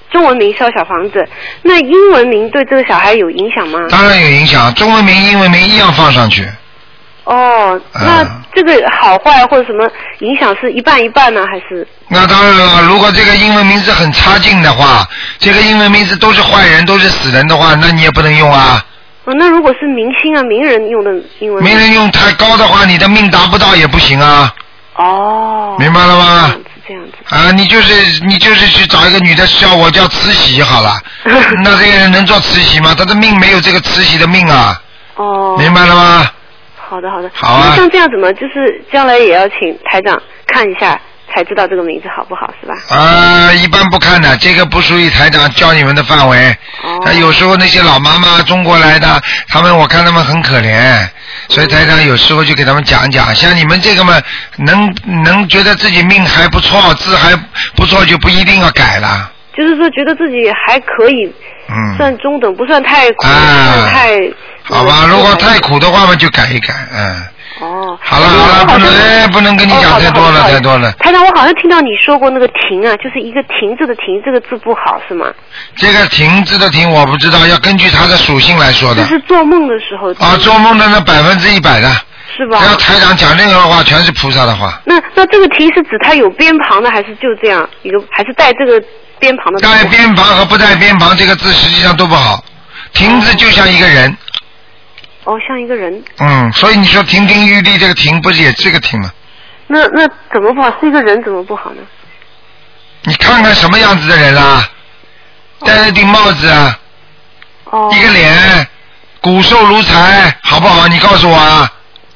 S4: 中文名烧小房子，那英文名对这个小孩有影响吗？
S2: 当然有影响，中文名、英文名一样放上去。
S4: 哦，
S2: 呃
S4: 那这个好坏或者什么影响是一半一半呢，还是
S2: 那当然了，如果这个英文名字很差劲的话，这个英文名字都是坏人，都是死人的话，那你也不能用啊。
S4: 哦？那如果是明星啊、名人用的英文名
S2: 没人用太高的话，你的命达不到也不行啊，
S4: 哦，
S2: 明白了
S4: 这
S2: 吗
S4: 样？子这样子，
S2: 啊，你就是你就是去找一个女的，叫我叫慈禧好 了，那这个人能做慈禧吗？他的命没有这个慈禧的命啊，
S4: 哦，
S2: 明白了吗？
S4: 好的好的，
S2: 好啊
S4: 那像这样子嘛，就是将来也要请台长看一下，才知道这个名字好不好，是吧？
S2: 啊，一般不看的，这个不属于台长教你们的范围。
S4: 哦，
S2: 那有时候那些老妈妈中国来的，他们我看他们很可怜，所以台长有时候就给他们讲讲，像你们这个嘛，能能觉得自己命还不错，字还不错，就不一定要改了。
S4: 就是说觉得自己还可以，
S2: 嗯，
S4: 算中等，不算太苦，
S2: 啊
S4: 不算太。
S2: 好吧，如果太。苦的话嘛，就改一改，嗯。
S4: 嗯哦。
S2: 好了
S4: 因为
S2: 好了，
S4: 我
S2: 不
S4: 好像
S2: 能哎不能跟你
S4: 哦
S2: 讲
S4: 好的
S2: 太多
S4: 好的
S2: 了
S4: 好的
S2: 太多了，
S4: 台长，我好像听到你说过那个“停”啊，就是一个“停”字的“停”，这个字不好是吗？
S2: 这个停字的停我不知道，要根据它的属性来说
S4: 这
S2: 的。
S4: 是做梦的时候
S2: 啊，做梦的那百分之一百的，
S4: 是吧
S2: 只？要台长讲任何话，全是菩萨的话。
S4: 那那这个“停”是指它有边旁的，还是就这样一个，还是带这个边旁的？
S2: 带边旁和不带边旁这个字实际上都不好，亭字就像一个人，
S4: 哦，像一个人。
S2: 嗯，所以你说亭亭玉立这个亭不是也这个亭吗？
S4: 那那怎么不好？是一个人怎么不好呢？
S2: 你看看什么样子的人啦、啊戴了顶帽子啊，
S4: 嗯哦
S2: 一个脸，骨瘦如柴，好不好？你告诉我啊，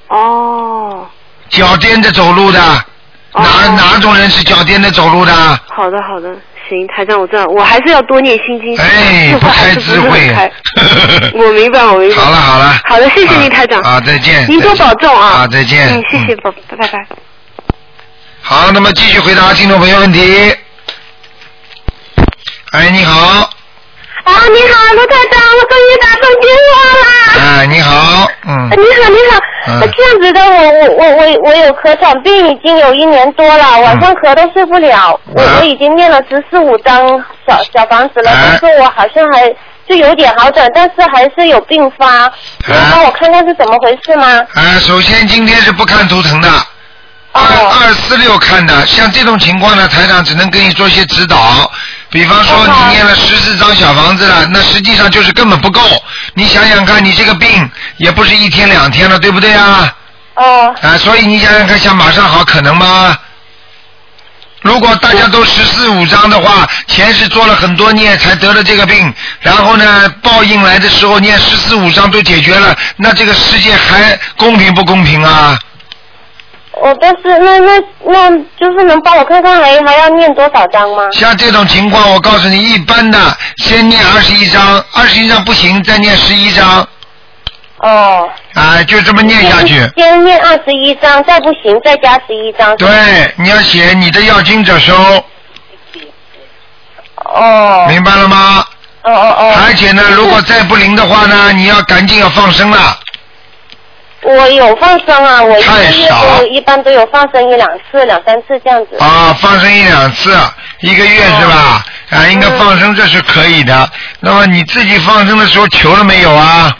S4: 哦
S2: 脚颠着走路的，
S4: 哦
S2: 哪哪种人是脚颠着走路的？
S4: 好的好的，行，台长，我知道，我还是要多念心经。
S2: 哎，
S4: 不
S2: 开
S4: 智
S2: 慧。
S4: 我明白，我明白。
S2: 好了好了。
S4: 好的，谢谢您，台长。
S2: 啊，再见。
S4: 您多保重啊。
S2: 啊，再见。
S4: 嗯，谢谢，宝，拜拜。
S2: 好，那么继续回答听众朋友问题。哎，你好。
S5: 啊，你好，卢台长，我终于打通电话
S2: 啦！哎，你好，嗯。
S5: 你好，你好。嗯、这样子的，我我我我我有咳喘病，已经有一年多
S2: 嗯
S5: 了，晚上咳都睡不了。嗯、我我已经念了十四五张小小房子
S2: 嗯
S5: 了，但是我好像还就有点好转，但是还是有并发。
S2: 嗯
S5: 能帮我看看是怎么回事吗？
S2: 啊，首先今天是不看图腾的。
S5: 二
S2: 二四六看的，像这种情况呢，台长只能给你做一些指导。比方说，你念了十四张小房子了，那实际上就是根本不够。你想想看，你这个病也不是一天两天了，对不对啊？
S5: 哦。
S2: 啊，所以你想想看，想马上好可能吗？如果大家都十四五张的话，前世做了很多孽才得了这个病，然后呢，报应来的时候念十四五张都解决了，那这个世界还公平不公平啊？
S5: 我但是那那那就是能帮我看看还还要念多少张吗？
S2: 像这种情况，我告诉你，一般的先念二十一张，二十一张不行，再念十一张。
S5: 哦。
S2: 啊，就这么念下去。
S5: 先念二十一张，再不行再加十一张。
S2: 对，你要写你的要经者收。
S5: 哦。
S2: 明白了吗？
S5: 哦哦哦。
S2: 而且呢，如果再不灵的话呢，你要赶紧要放生了。
S5: 我有放生啊，我一个月都一般都有放生一两次、两三次这样子。
S2: 啊，放生一两次，一个月是吧？哦、啊，应该放生这是可以的。那么你自己放生的时候求了没有啊？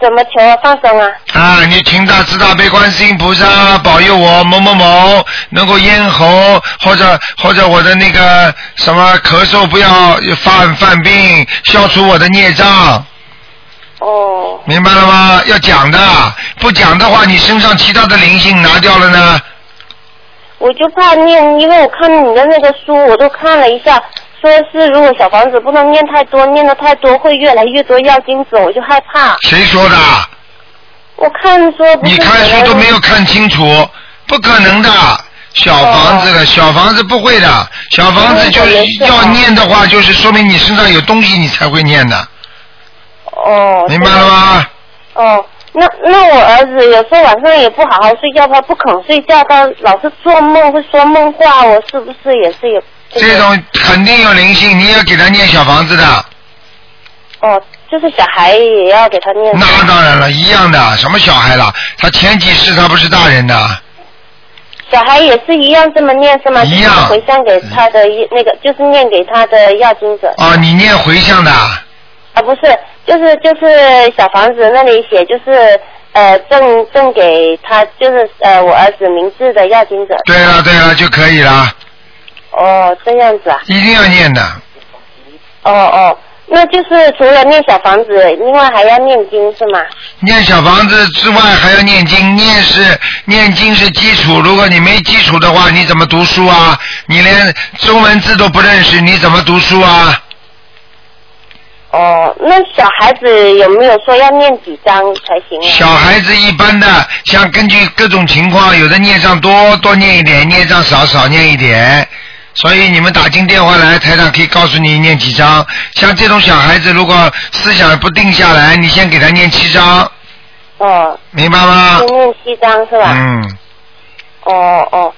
S5: 怎么求啊？放生啊？
S2: 啊，你请大慈大悲观世音菩萨保佑我某某某能够咽喉或者或者我的那个什么咳嗽不要犯犯病，消除我的孽障。
S5: 哦，
S2: 明白了吗？要讲的，不讲的话，你身上其他的灵性拿掉了呢。
S5: 我就怕念，因为我看你的那个书，我都看了一下，说是如果小房子不能念太多，念的太多会越来越多药精子，我就害怕。
S2: 谁说的？
S5: 我看说。
S2: 你看书都没有看清楚，不可能的。小房子的，
S5: 哦
S2: 小房子不会的，小房子就是要念的话，就是说明你身上有东西，你才会念的。
S5: 哦，
S2: 明白了吗？
S5: 哦，那那我儿子有时候晚上也不好好睡觉，他不肯睡觉，他老是做梦，会说梦话，我是不是也是有？
S2: 这种肯定有灵性，你也给他念小房子的。
S5: 哦，就是小孩也要给他念。
S2: 那当然了，一样的，什么小孩了？他前几世他不是大人的。
S5: 小孩也是一样这么念是吗？
S2: 一样。嗯
S5: 回向给他的那个，就是念给他的要经者。
S2: 哦，你念回向的。
S5: 啊，不是，就是就是小房子那里写，就是呃赠赠给他，就是呃我儿子名字的要经者。
S2: 对了对了，就可以了。
S5: 哦，这样子啊。
S2: 一定要念的。
S5: 哦哦，那就是除了念小房子，另外还要念经是吗？
S2: 念小房子之外还要念经，念是念经是基础，如果你没基础的话，你怎么读书啊？你连中文字都不认识，你怎么读书啊？
S5: 哦，那小孩子有没有说要念几张才行啊？
S2: 小孩子一般的，像根据各种情况，有的孽障多多念一点，孽障少少念一点。所以你们打进电话来，台长可以告诉你念几张。像这种小孩子，如果思想不定下来，你先给他念七张。
S5: 哦。
S2: 明白吗？
S5: 先念七张是吧？
S2: 嗯。
S5: 哦哦。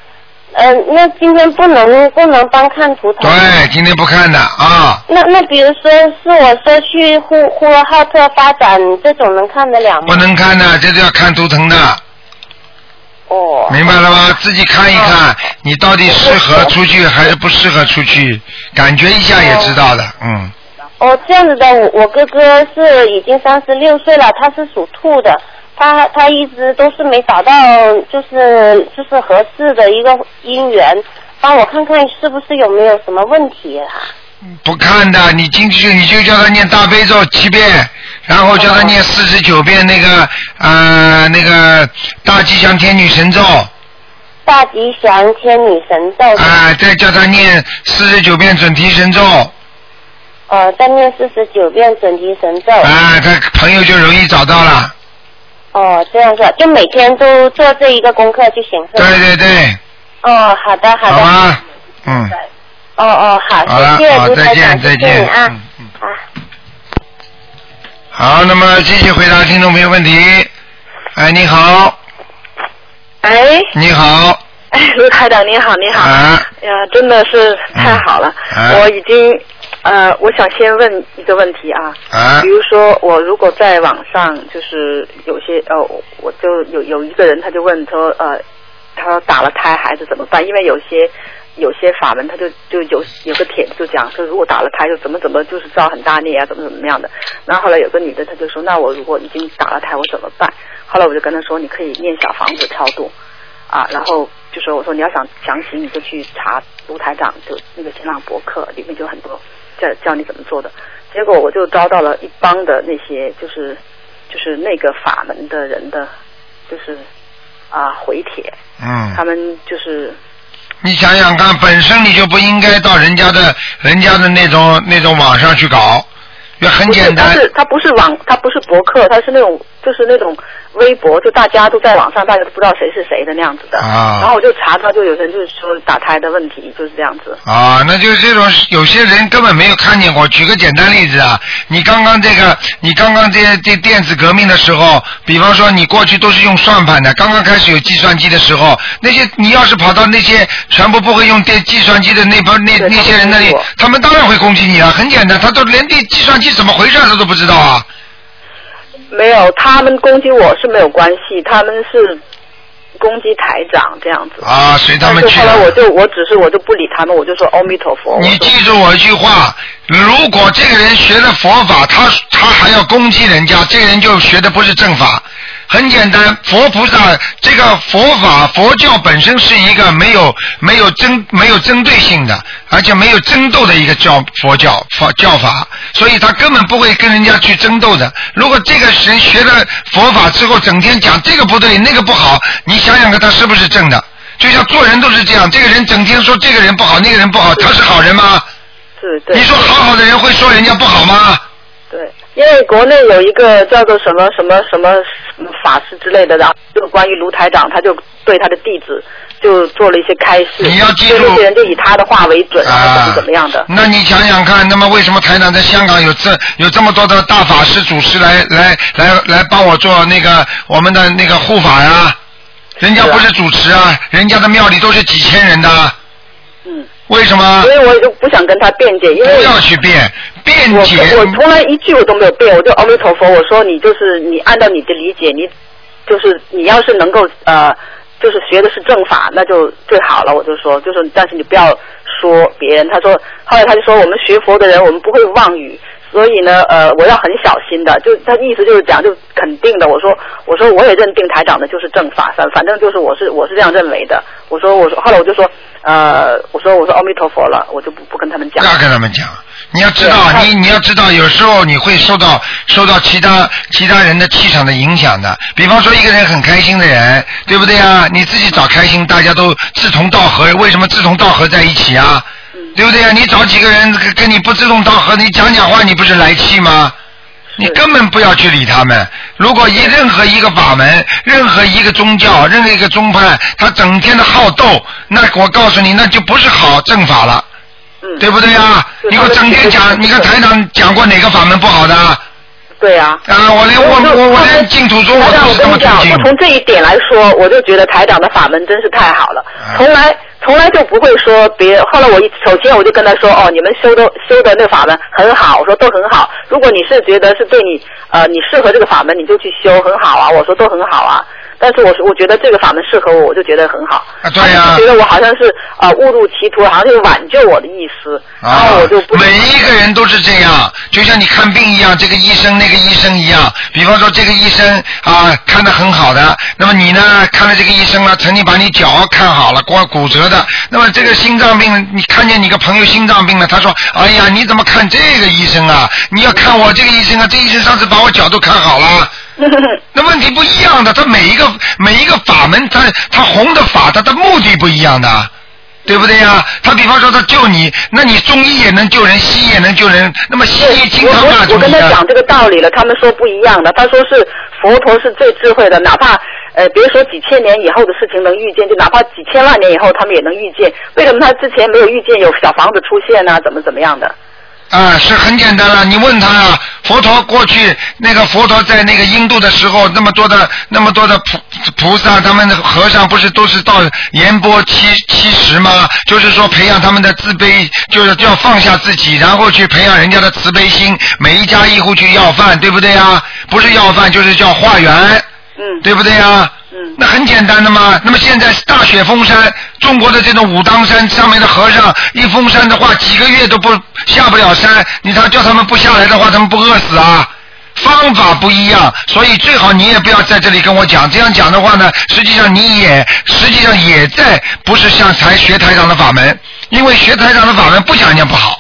S5: 嗯、呃，那今天不能不能帮看图
S2: 对，
S5: 腾。
S2: 哎今天不看的啊。
S5: 那那比如说，是我说去呼呼和浩特发展这种能看得了吗？
S2: 不能看的，这就要看图腾的。
S5: 哦。
S2: 明白了吗？自己看一看，哦、你到底适合出去还是不适合出去，感觉一下也知道的，哦、嗯。
S5: 哦，这样子的，我我哥哥是已经三十六岁了，他是属兔的。他他一直都是没找到，就是就是合适的一个姻缘，帮我看看是不是有没有什么问题啊？
S2: 不看的，你进去你就叫他念大悲咒七遍，然后叫他
S5: 哦
S2: 念四十九遍那个呃那个大吉祥天女神咒。
S5: 大吉祥天女神咒。
S2: 啊、呃，再叫他念四十九遍准提神咒。啊
S5: 呃，再念四十九遍准提神咒。
S2: 啊、呃，他朋友就容易找到了。
S5: 哦，这样子，就每天都做这一个功课就行，是吧？
S2: 对对对。
S5: 哦，好的，好的。
S2: 好啊，嗯。
S6: 哦哦，
S2: 好了
S6: 好，谢谢
S2: 好
S6: 卢
S2: 再
S6: 台
S2: 见
S6: 长，谢
S2: 再
S6: 谢
S2: 见
S6: 你啊
S2: 嗯，
S6: 啊。
S2: 好，那么继续回答听众朋友问题。哎，你好，
S7: 哎，
S2: 你好，
S7: 哎，卢 台长您好，你好，
S2: 啊
S7: 哎呀，真的是太好了，
S2: 啊
S7: 我已经，呃，我想先问一个问题啊，
S2: 啊
S7: 比如说我如果在网上就是有些呃，我就有有一个人他就问说呃，他说打了胎孩子怎么办？因为有些有些法门他就就有有个帖子就讲说如果打了胎就怎么怎么就是造很大孽啊，怎么怎么样的。然后后来有个女的她就说那我如果已经打了胎我怎么办？后来我就跟她说你可以念小房子超度。啊，然后就说我说你要想详情，你就去查卢台长就那个新浪博客里面就很多教教你怎么做的。结果我就遭到了一帮的那些就是就是那个法门的人的，就是啊回帖，
S2: 嗯
S7: 他，们就是
S2: 你想想看，本身你就不应该到人家的人家的那种那种网上去搞，也很
S7: 不是
S2: 简
S7: 他
S2: 单。
S7: 是他不是网，他不是博客，他是那种就是那种微博，就大家都在网上，大家都不知道谁是谁的那样子的。
S2: 啊
S7: 然后我就查到，就有人就是说打胎的问题就是这样子。
S2: 啊，那就是这种有些人根本没有看见过。举个简单例子啊，你刚刚这个，你刚刚这这电子革命的时候，比方说你过去都是用算盘的，刚刚开始有计算机的时候，那些你要是跑到那些全部不会用电计算机的那帮那
S7: 对
S2: 那些人那里
S7: 他们攻
S2: 他们
S7: 击我，
S2: 当然会攻击你啊。很简单，他都连电计算机怎么回事儿他都不知道啊。
S7: 没有，他们攻击我是没有关系，他们是攻击台长这样子。
S2: 啊，随他
S7: 但
S2: 们
S7: 是
S2: 去
S7: 后
S2: 了。
S7: 来我就我只是我就不理他们，我就说阿弥陀佛。
S2: 你
S7: 我说
S2: 记住我一句话：如果这个人学了佛法，他他还要攻击人家，这个人就学的不是正法。很简单，佛菩萨这个佛法佛教本身是一个没有没有针没有针对性的，而且没有争斗的一个教佛教佛教法，所以他根本不会跟人家去争斗的。如果这个人学了佛法之后，整天讲这个不对那个不好，你想想看他是不是正的？就像做人都是这样，这个人整天说这个人不好，那个人不好，他是好人吗？
S7: 是对
S2: 你说好好的人会说人家不好吗？
S7: 对，因为国内有一个叫做什么什么什么什么法师之类的，然后就关于卢台长，他就对他的弟子就做了一些开示，
S2: 你要记住
S7: 就那些人就以他的话为准，然后
S2: 啊
S7: 怎么怎么样的。
S2: 那你想想看，那么为什么台长在香港有这有这么多的大法师、祖师来来来来帮我做那个我们的那个护法呀、人家不是主持啊，人家的庙里都是几千人的，
S7: 嗯，
S2: 为什么
S7: 所？以我就不想跟他辩解，因为
S2: 不要去辩辩
S7: 我
S2: 解，
S7: 我从来一句我都没有变，我就阿弥陀佛，我说你就是你按照你的理解，你就是你要是能够呃，就是学的是正法，那就最好了。我就说，就说但是你不要说别人。他说，后来他就说我们学佛的人，我们不会妄语。所以呢，呃，我要很小心的，就他意思就是讲，就肯定的。我说，我说我也认定台长的就是正法，反反正就是我是我是这样认为的。我说，我说后来我就说，呃，我说我说阿弥陀佛了，我就不不跟他们
S2: 不
S7: 讲。
S2: 要跟他们讲。你要知道，
S7: 对他
S2: 你你要知道，有时候你会受到受到其他其他人的气场的影响的。比方说，一个人很开心的人，对不对啊？你自己找开心，大家都志同道合，为什么志同道合在一起啊？
S7: 嗯
S2: 对不对啊？你找几个人跟跟你不志同道合，你讲讲话，你不是来气吗？你根本不要去理他们。如果一任何一个法门、任何一个宗教、任何一个宗派，他整天的好斗，那我告诉你，那就不是好正法了。
S7: 嗯，
S2: 对不对啊？
S7: 对
S2: 你给我整天讲，你看台长讲过哪个法门不好的啊？
S7: 对啊。
S2: 啊我连我我我连净土宗我
S7: 台长，
S2: 都
S7: 我
S2: 是这
S7: 跟
S2: 么尊
S7: 你讲，
S2: 敬
S7: 就。从这一点来说，我就觉得台长的法门真是太好了，
S2: 啊
S7: 从来从来就不会说别人。后来我一首先我就跟他说，哦，你们修的修的那法门很好，我说都很好。如果你是觉得是对你呃你适合这个法门，你就去修，很好啊，我说都很好啊。但是我是我觉得这个法门适合我，我就觉得很好。
S2: 啊对啊
S7: 他就觉得我好像是呃误入歧途，好像就是挽救我的意思。然
S2: 啊
S7: 后我就，不
S2: 每一个人都是这样，就像你看病一样，这个医生那个医生一样。比方说，这个医生啊看得很好的，那么你呢看了这个医生了，曾经把你脚看好了，光骨折的。那么这个心脏病，你看见你个朋友心脏病了，他说：“哎呀，你怎么看这个医生啊？你要看我这个医生啊，这医生上次把我脚都看好 了。”那问题不一样的，他每一个每一个法门，他他弘的法，他的目的不一样的，对不对呀？他比方说他救你，那你中医也能救人，西医也能救人，那么西医经
S7: 我
S2: 常骂
S7: 我
S2: 中
S7: 我跟
S2: 医
S7: 他
S2: 的
S7: 讲这个道理了，他们说不一样的，他说是佛陀是最智慧的，哪怕呃，别说几千年以后的事情能预见，就哪怕几千万年以后他们也能预见。为什么他之前没有预见有小房子出现呢、怎么怎么样的？
S2: 啊，是很简单了。你问他啊，佛陀过去那个佛陀在那个印度的时候，那么多的那么多的菩菩萨，他们的和尚不是都是到延波七七十吗？就是说培养他们的自卑，就是要放下自己，然后去培养人家的慈悲心。每一家一户去要饭，对不对啊？不是要饭就是叫化缘，
S7: 嗯，
S2: 对不对啊？
S7: 嗯，
S2: 那很简单的嘛。那么现在大雪封山，中国的这种武当山上面的和尚，一封山的话，几个月都不下不了山。你他叫他们不下来的话，他们不饿死啊？方法不一样，所以最好你也不要在这里跟我讲。这样讲的话呢，实际上你也实际上也在不是像台学台长的法门，因为学台长的法门不讲人家不好。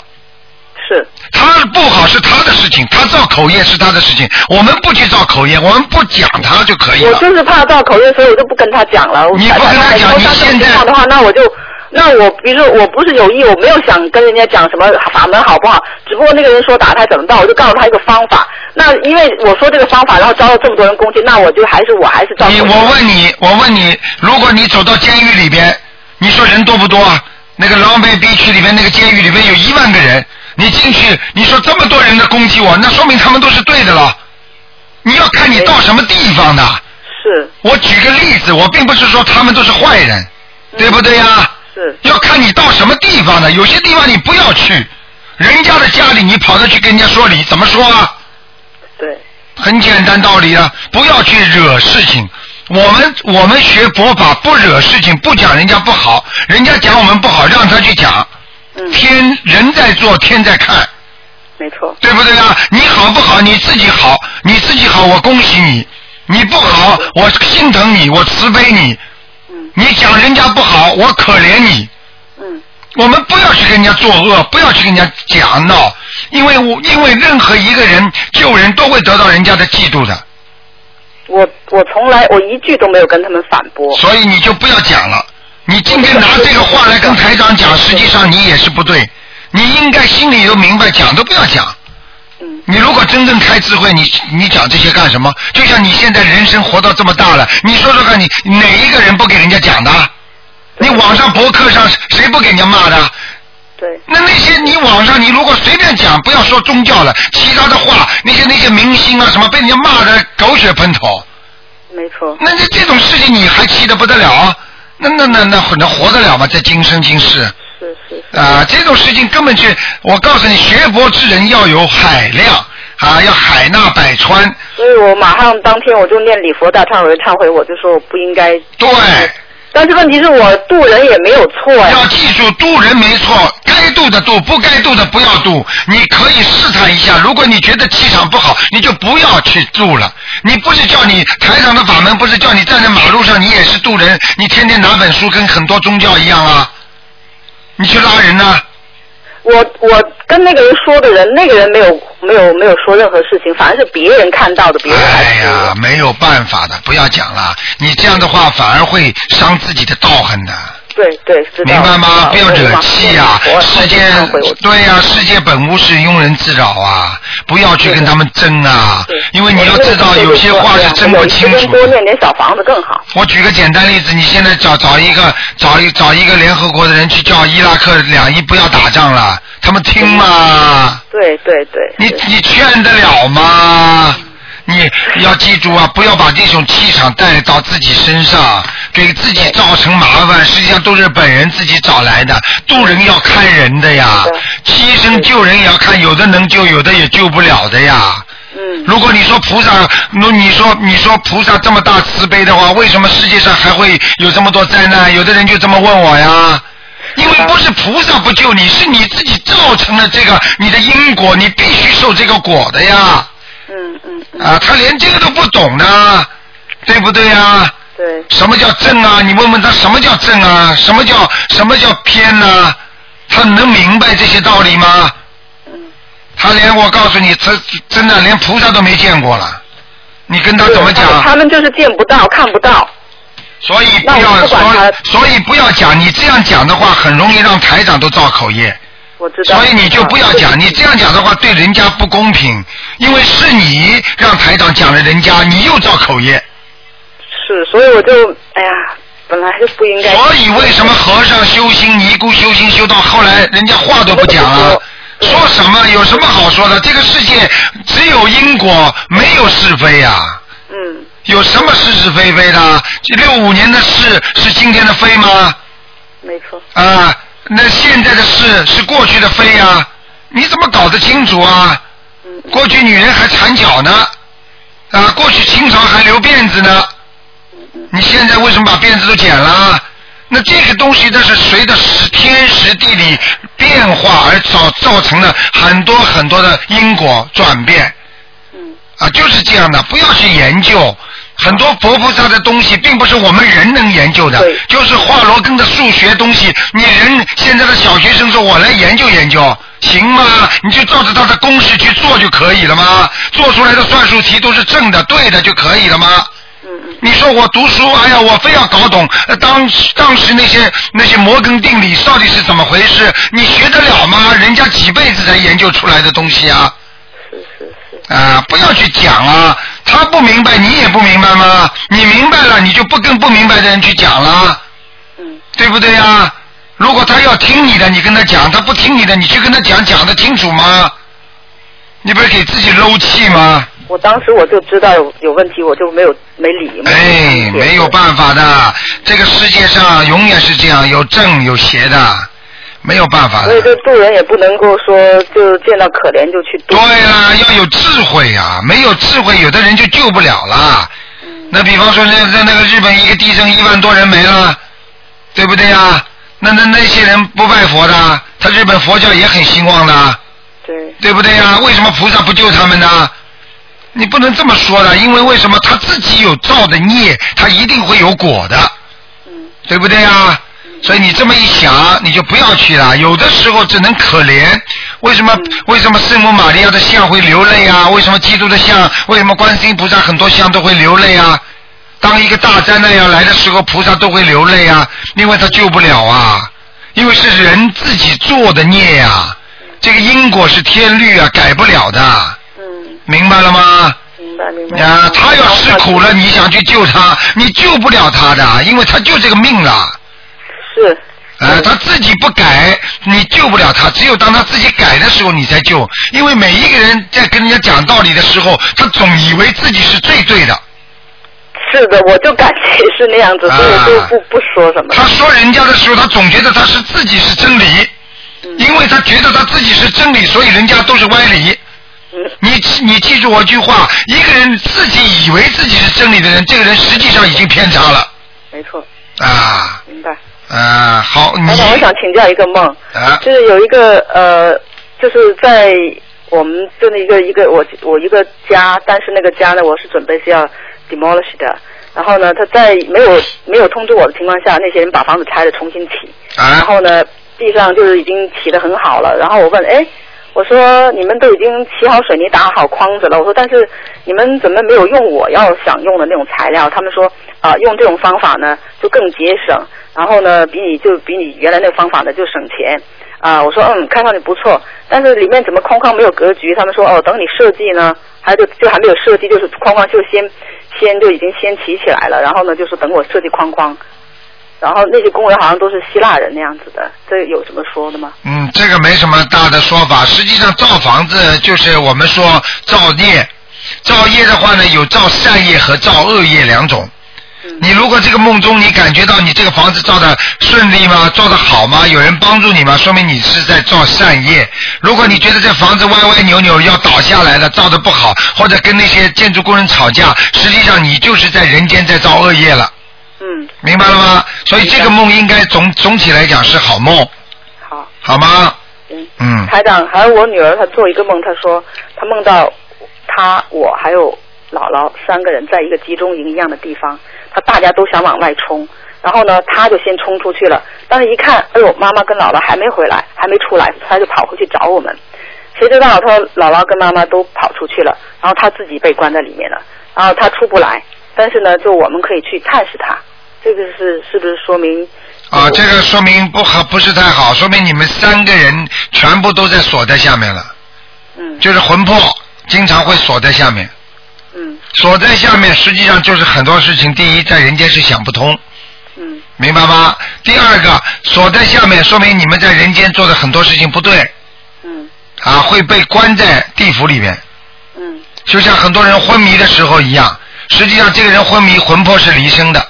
S7: 是，
S2: 他不好是他的事情，他造口业是他的事情，我们不去造口业，我们不讲他就可以
S7: 我
S2: 了。
S7: 就是怕到口音，所以我就不跟他讲了。
S2: 你不跟他讲
S7: 如
S2: 你
S7: 果他这
S2: 现
S7: 种
S2: 在
S7: 情况的话，那我就。那我，比如说我不是有意，我没有想跟人家讲什么法门好不好，只不过那个人说打胎怎么办，我就告诉他一个方法。那因为我说这个方法，然后招了这么多人攻击，那我就还是我还是照。
S2: 你我问你，我问你，如果你走到监狱里边，你说人多不多啊？那个狼狈地区里边那个监狱里边有一万个人，你进去，你说这么多人的攻击我，那说明他们都是对的了。你要看你到什么地方的。
S7: 是
S2: 我举个例子，我并不是说他们都是坏人，对不对呀、
S7: 嗯是
S2: 要看你到什么地方的，有些地方你不要去，人家的家里你跑着去跟人家说理，怎么说啊？
S7: 对，
S2: 很简单道理啊，不要去惹事情。我们我们学佛法不惹事情，不讲人家不好，人家讲我们不好，让他去讲。
S7: 嗯
S2: 天人在做，天在看，
S7: 没错，
S2: 对不对啊？你好不好？你自己好，你自己好，我恭喜你；你不好，我心疼你，我慈悲你。
S7: 嗯
S2: 你讲人家不好，我可怜你。
S7: 嗯
S2: 我们不要去跟人家作恶，不要去跟人家讲闹，因为我因为任何一个人救人都会得到人家的嫉妒的，
S7: 我我从来我一句都没有跟他们反驳。
S2: 所以你就不要讲了。你今天拿这个话来跟台长讲，实际上你也是不对，你应该心里都明白，讲都不要讲。
S7: 嗯
S2: 你如果真正开智慧，你你讲这些干什么？就像你现在人生活到这么大了，你说说看你哪一个人不给人家讲的？你网上博客上谁不给人家骂的？
S7: 对
S2: 那那些你网上你如果随便讲，不要说宗教了，其他的话，那些那些明星啊什么被人家骂的狗血喷头，
S7: 没错
S2: 那这这种事情你还气得不得了啊？那那那那能活得了吗？在今生今世
S7: 是是是
S2: 啊，这种事情根本去，我告诉你，学佛之人要有海量啊，要海纳百川，
S7: 所以我马上当天我就念礼佛大忏悔文忏悔，我就说我不应该。
S2: 对，
S7: 但是问题是我渡人也没有错呀
S2: 要。记住渡人没错，该渡的渡，不该渡的不要渡。你可以试探一下，如果你觉得气场不好，你就不要去渡了。你不是叫你台长的法门，不是叫你站在马路上，你也是渡人，你天天拿本书跟很多宗教一样啊，你去拉人啊呢、
S7: 我我跟那个人说的人，那个人没有没有没有说任何事情，反而是别人看到的，别人来
S2: 哎
S7: 说
S2: 呀，没有办法的，不要讲了，你这样的话反而会伤自己的道行的。
S7: 对对，知道
S2: 明白吗？
S7: 知道
S2: 不要惹气呀、
S7: 我我
S2: 啊世界
S7: 忏悔我
S2: 对呀、世界本无事，庸人自扰啊！不要去
S7: 对
S2: 跟他们争啊
S7: 对，
S2: 因为你要知道
S7: 我
S2: 有些话是真不清
S7: 啊我一
S2: 楚
S7: 个
S2: 的。
S7: 人多念点小房子更好。
S2: 我举个简单例子，你现在找找一个找一找一个联合国的人去叫伊拉克两伊不要打仗了，他们听吗？
S7: 对对对。
S2: 你
S7: 对
S2: 你劝得了吗？你要记住啊，不要把这种气场带到自己身上，给自己造成麻烦。实际上都是本人自己找来的，渡人要看人的呀
S7: 对，
S2: 牺牲救人也要看，有的能救，有的也救不了的呀。
S7: 嗯
S2: 如果你说菩萨，那你说你说菩萨这么大慈悲的话，为什么世界上还会有这么多灾难？有的人就这么问我呀。因为不是菩萨不救你，是你自己造成了这个你的因果，你必须受这个果的呀！
S7: 嗯嗯嗯，
S2: 啊，他连这个都不懂呢，对不对呀？
S7: 对
S2: 什么叫正啊？你问问他什么叫正啊？什么叫什么叫偏呢、他能明白这些道理吗？
S7: 嗯
S2: 他连我告诉你，真真的连菩萨都没见过了，你跟他怎么
S7: 对他
S2: 讲？
S7: 们就是见不到、看不到。
S2: 所以不
S7: 那我
S2: 要
S7: 不管
S2: 所
S7: 他
S2: 所以不要讲，你这样讲的话，很容易让台长都造口业。
S7: 我知道。
S2: 所以你就不要讲，你这样讲的话对人家不公平，因为是你让台长讲了人家，你又造口业，
S7: 是，所以我就哎呀，本来就不应该。
S2: 所以为什么和尚修心、尼姑修心修到后来，人家话都不讲了？说什么？有什么好说的？这个世界只有因果，没有是非呀、
S7: 嗯，
S2: 有什么是是非非的？六五年的是是今天的非吗？
S7: 没错。
S2: 啊，那现在的是是过去的非呀、你怎么搞得清楚啊？
S7: 嗯
S2: 过去女人还缠脚呢，啊，过去清朝还留辫子呢，你哎现在为什么把辫子都剪了？那这个东西它是随着时天时地理变化而造造成了很多很多的因果转变。啊，就是这样的，不要去研究。很多佛菩萨的东西，并不是我们人能研究的，就是华罗庚的数学东西。你人现在的小学生说，我来研究研究，行吗？你就照着他的公式去做就可以了吗？做出来的算术题都是正的、对的就可以了吗？你说我读书，哎呀，我非要搞懂呃当时当时那些那些摩根定理到底是怎么回事？你学得了吗？人家几辈子才研究出来的东西啊！啊，不要去讲了，他不明白，你也不明白吗？你明白了，你就不跟不明白的人去讲了，嗯，对不对呀、如果他要听你的，你跟他讲；他不听你的，你去跟他讲，讲得清楚吗？你不是给自己漏气吗？
S7: 我当时我就知道有有问题，我就没有没理嘛。
S2: 哎，没有办法的，这个世界上永远是这样，有正有邪的，没有办法的。
S7: 所以这渡人也不能够说就见到可怜就去渡。
S2: 对啦，啊要有智慧呀、没有智慧，有的人就救不了啦。那比方说，那那那个日本一个地震，一万多人没了，对不对呀？那那那些人不拜佛的，他日本佛教也很兴旺的，对对不对呀？为什么菩萨不救他们呢？你不能这么说的，因为为什么他自己有造的孽，他一定会有果的，对不对呀？所以你这么一想，你就不要去了。有的时候只能可怜，为什么？为什么圣母玛利亚的像会流泪啊？为什么基督的像？为什么观世音菩萨很多像都会流泪啊？当一个大灾难要来的时候，菩萨都会流泪啊，因为他救不了啊，因为是人自己做的孽呀、这个因果是天律啊，改不了的。嗯，明白了吗？明白明白。啊，他要吃苦了，你想去救他，你救不了他的，因为他就这个命了。
S7: 是。
S2: 呃，他自己不改，你救不了他。只有当他自己改的时候，你才救。因为每一个人在跟人家讲道理的时候，他总以为自己是最对的。
S7: 是的，我就感觉是那样
S2: 啊
S7: 子，所以我就不不说什么。
S2: 他说人家的时候，他总觉得他是自己是真理，因为他觉得他自己是真理，所以人家都是歪理。你记你记住我一句话：一个人自己以为自己是真理的人，这个人实际上已经偏差了
S7: 没错，
S2: 啊
S7: 明白。
S2: 啊！好，你
S7: 老板，我想请教一个梦，
S2: 啊
S7: 就是有一个呃，就是在我们这么一个一个我我一个家，但是那个家呢，我是准备是要 demolish 的。然后呢，他在没有没有通知我的情况下，那些人把房子拆了重新起。然后呢，地上就是已经起得很好了。然后我问，哎，我说你们都已经起好水泥、打好框子了，我说但是你们怎么没有用我要想用的那种材料？他们说啊、用这种方法呢就更节省，然后呢比你就比你原来那个方法呢就省钱。啊，我说嗯，看上去不错，但是里面怎么框框没有格局？他们说哦，等你设计呢，还就就还没有设计，就是框框就先先就已经先起起来了，然后呢就是等我设计框框，然后那些工人好像都是希腊人那样子的，这有什么说的吗？
S2: 嗯，这个没什么大的说法。实际上，造房子就是我们说造孽，造业的话呢，有造善业和造恶业两种。你如果这个梦中你感觉到你这个房子造的顺利吗？造的好吗？有人帮助你吗？说明你是在造善业。如果你觉得这房子歪歪扭扭要倒下来了，造的不好，或者跟那些建筑工人吵架，实际上你就是在人间在造恶业了。嗯，明白了吗？所以这个梦应该总总体来讲是好梦。
S7: 好。
S2: 好吗？嗯。
S7: 台长，还有我女儿，她做一个梦，她说她梦到她、我还有姥姥三个人在一个集中营一样的地方，她大家都想往外冲，然后呢，她就先冲出去了，但是一看，哎呦，妈妈跟姥姥还没回来，还没出来，她就跑回去找我们，谁知道她姥姥跟妈妈都跑出去了，然后她自己被关在里面了，然后她出不来，但是呢，就我们可以去探视她，这个是是不是说明？
S2: 啊，这个说明不好，不是太好，说明你们三个人全部都在锁在下面了。嗯。就是魂魄经常会锁在下面。
S7: 嗯。
S2: 所在下面实际上就是很多事情，第一在人间是想不通，
S7: 嗯，
S2: 明白吗？第二个所在下面说明你们在人间做的很多事情不对，
S7: 嗯
S2: 啊，会被关在地府里面，
S7: 嗯
S2: 就像很多人昏迷的时候一样，实际上这个人昏迷，魂魄是离身的，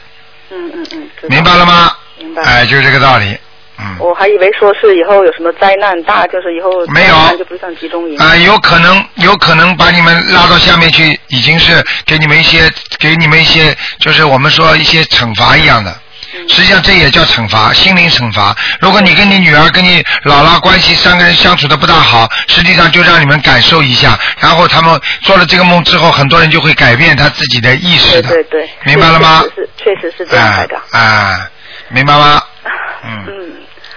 S7: 嗯嗯嗯，知道
S2: 明白了？吗？
S7: 明白。
S2: 哎，就是这个道理。嗯，
S7: 我还以为说是以后有什么灾难大，就是以后
S2: 没有
S7: 灾难就不像集中营。
S2: 啊、有可能，有可能把你们拉到下面去，已经是给你们一些，给你们一些，就是我们说一些惩罚一样的。实际上这也叫惩罚，心灵惩罚。如果你跟你女儿、跟你姥姥关系三个人相处的不大好，实际上就让你们感受一下，然后他们做了这个梦之后，很多人就会改变他自己的意识
S7: 对
S2: 的。
S7: 对对，
S2: 明白了吗
S7: 确实是，确实是这样来的。
S2: 啊、啊明白吗？嗯，
S7: 嗯，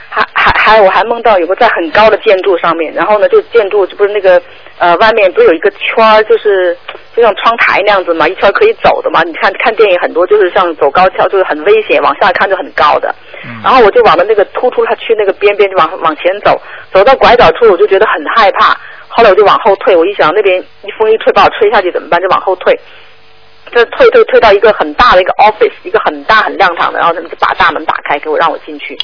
S7: 还还还，我还梦到有个在很高的建筑上面，然后呢，就建筑就不是那个呃外面不是有一个圈儿，就是就像窗台那样子嘛，一圈儿可以走的嘛。你看看电影很多就是像走高跷，就是很危险，往下看就很高的。
S2: 嗯
S7: 然后我就往了那个突出它去那个边边就往往前走，走到拐角处我就觉得很害怕，后来我就往后退，我一想那边一风一吹把我吹下去怎么办，就往后退。就退退退到一个很大的一个 office，一个很大很亮堂的，然后他们就把大门打开给我，让我进去。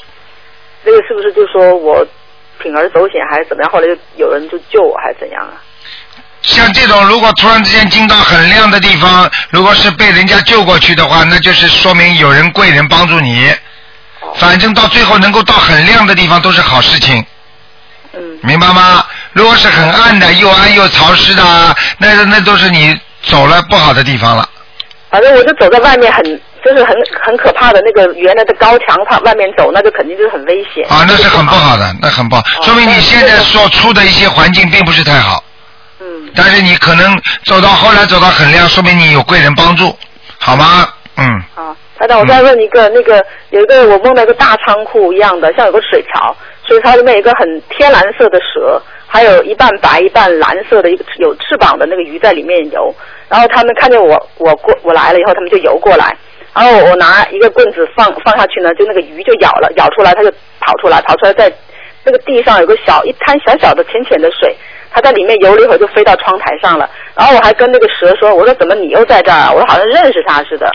S7: 这个是不是就说我铤而走险还是怎么样？后来就有人就救我还是怎样啊？
S2: 像这种如果突然之间进到很亮的地方，如果是被人家救过去的话，那就是说明有人贵人帮助你。
S7: 哦
S2: 反正到最后能够到很亮的地方都是好事情。
S7: 嗯。
S2: 明白吗？如果是很暗的、又暗又潮湿的啊，那那都是你走了不好的地方了。
S7: 反正我就走在外面很，就是很很可怕的那个原来的高墙，它外面走那就肯定就是很危险。
S2: 啊，那是很不好
S7: 嗯
S2: 的，那
S7: 哦
S2: 很不好，说明你现在所处的一些环境并不是太好。
S7: 嗯。
S2: 但是你可能走到后来走到很亮，说明你有贵人帮助，好吗？嗯。
S7: 台长，我再问一个，那个有一个我梦到一个大仓库一样的，像有个水槽，水槽里面有一个很天蓝色的蛇，还有一半白一半蓝色的一个有翅膀的那个鱼在里面游。然后他们看见我，我过我来了以后，他们就游过来。然后我拿一个棍子放放下去呢，就那个鱼就咬了，咬出来它就跑出来，跑出来在那个地上有个小一滩小小的浅浅的水，它在里面游了一会儿就飞到窗台上了。然后我还跟那个蛇说，我说怎么你又在这儿啊？我说好像认识它似的。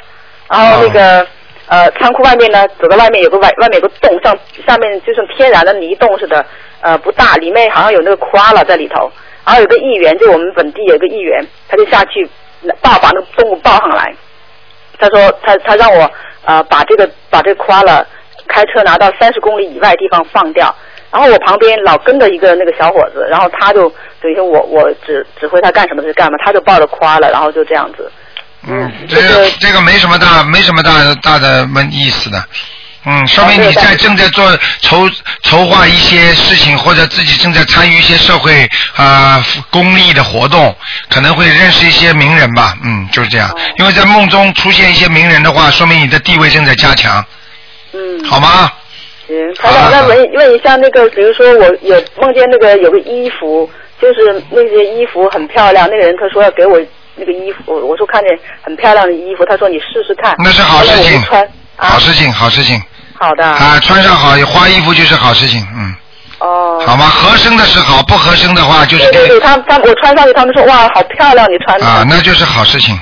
S7: 然后那个、呃仓库外面呢，走到外面有个外外面有个洞，像下面就像天然的泥洞似的，呃不大，里面好像有那个夸了在里头。然后有个议员，就我们本地有个议员，他就下去抱把那个动物抱上来。他说他他让我呃把这个把这个夸了开车拿到三十公里以外的地方放掉。然后我旁边老跟着一个那个小伙子，然后他就等于说我我指指挥他干什么就干嘛，他就抱着夸了，然后就这样子。
S2: 嗯，这个这个没什么大没什么大大的问意思的，
S7: 哦
S2: 嗯，说明你在正在做筹筹划一些事情，或者自己正在参与一些社会啊、呃公益的活动，可能会认识一些名人吧，嗯，就是这
S7: 哦
S2: 样。因为在梦中出现一些名人的话，说明你的地位正在加强，
S7: 嗯，
S2: 好吗？
S7: 行，台长，再问问一下那个，比如说我有梦见那个有个衣服，就是那些衣服很漂亮，那个人他说要给我那个衣服，我我说看见很漂亮的衣服，他说你试试看，
S2: 那是好事
S7: 后来我
S2: 情
S7: 就穿，
S2: 好事情，好事情
S7: 好的，
S2: 啊！穿上好花衣服就是好事情，嗯，
S7: 哦，
S2: 好吗？合身的是好，不合身的话就是
S7: 对对
S2: 给
S7: 对，他他我穿上去，他们说哇，好漂亮，你穿的，
S2: 啊，那就是好事情，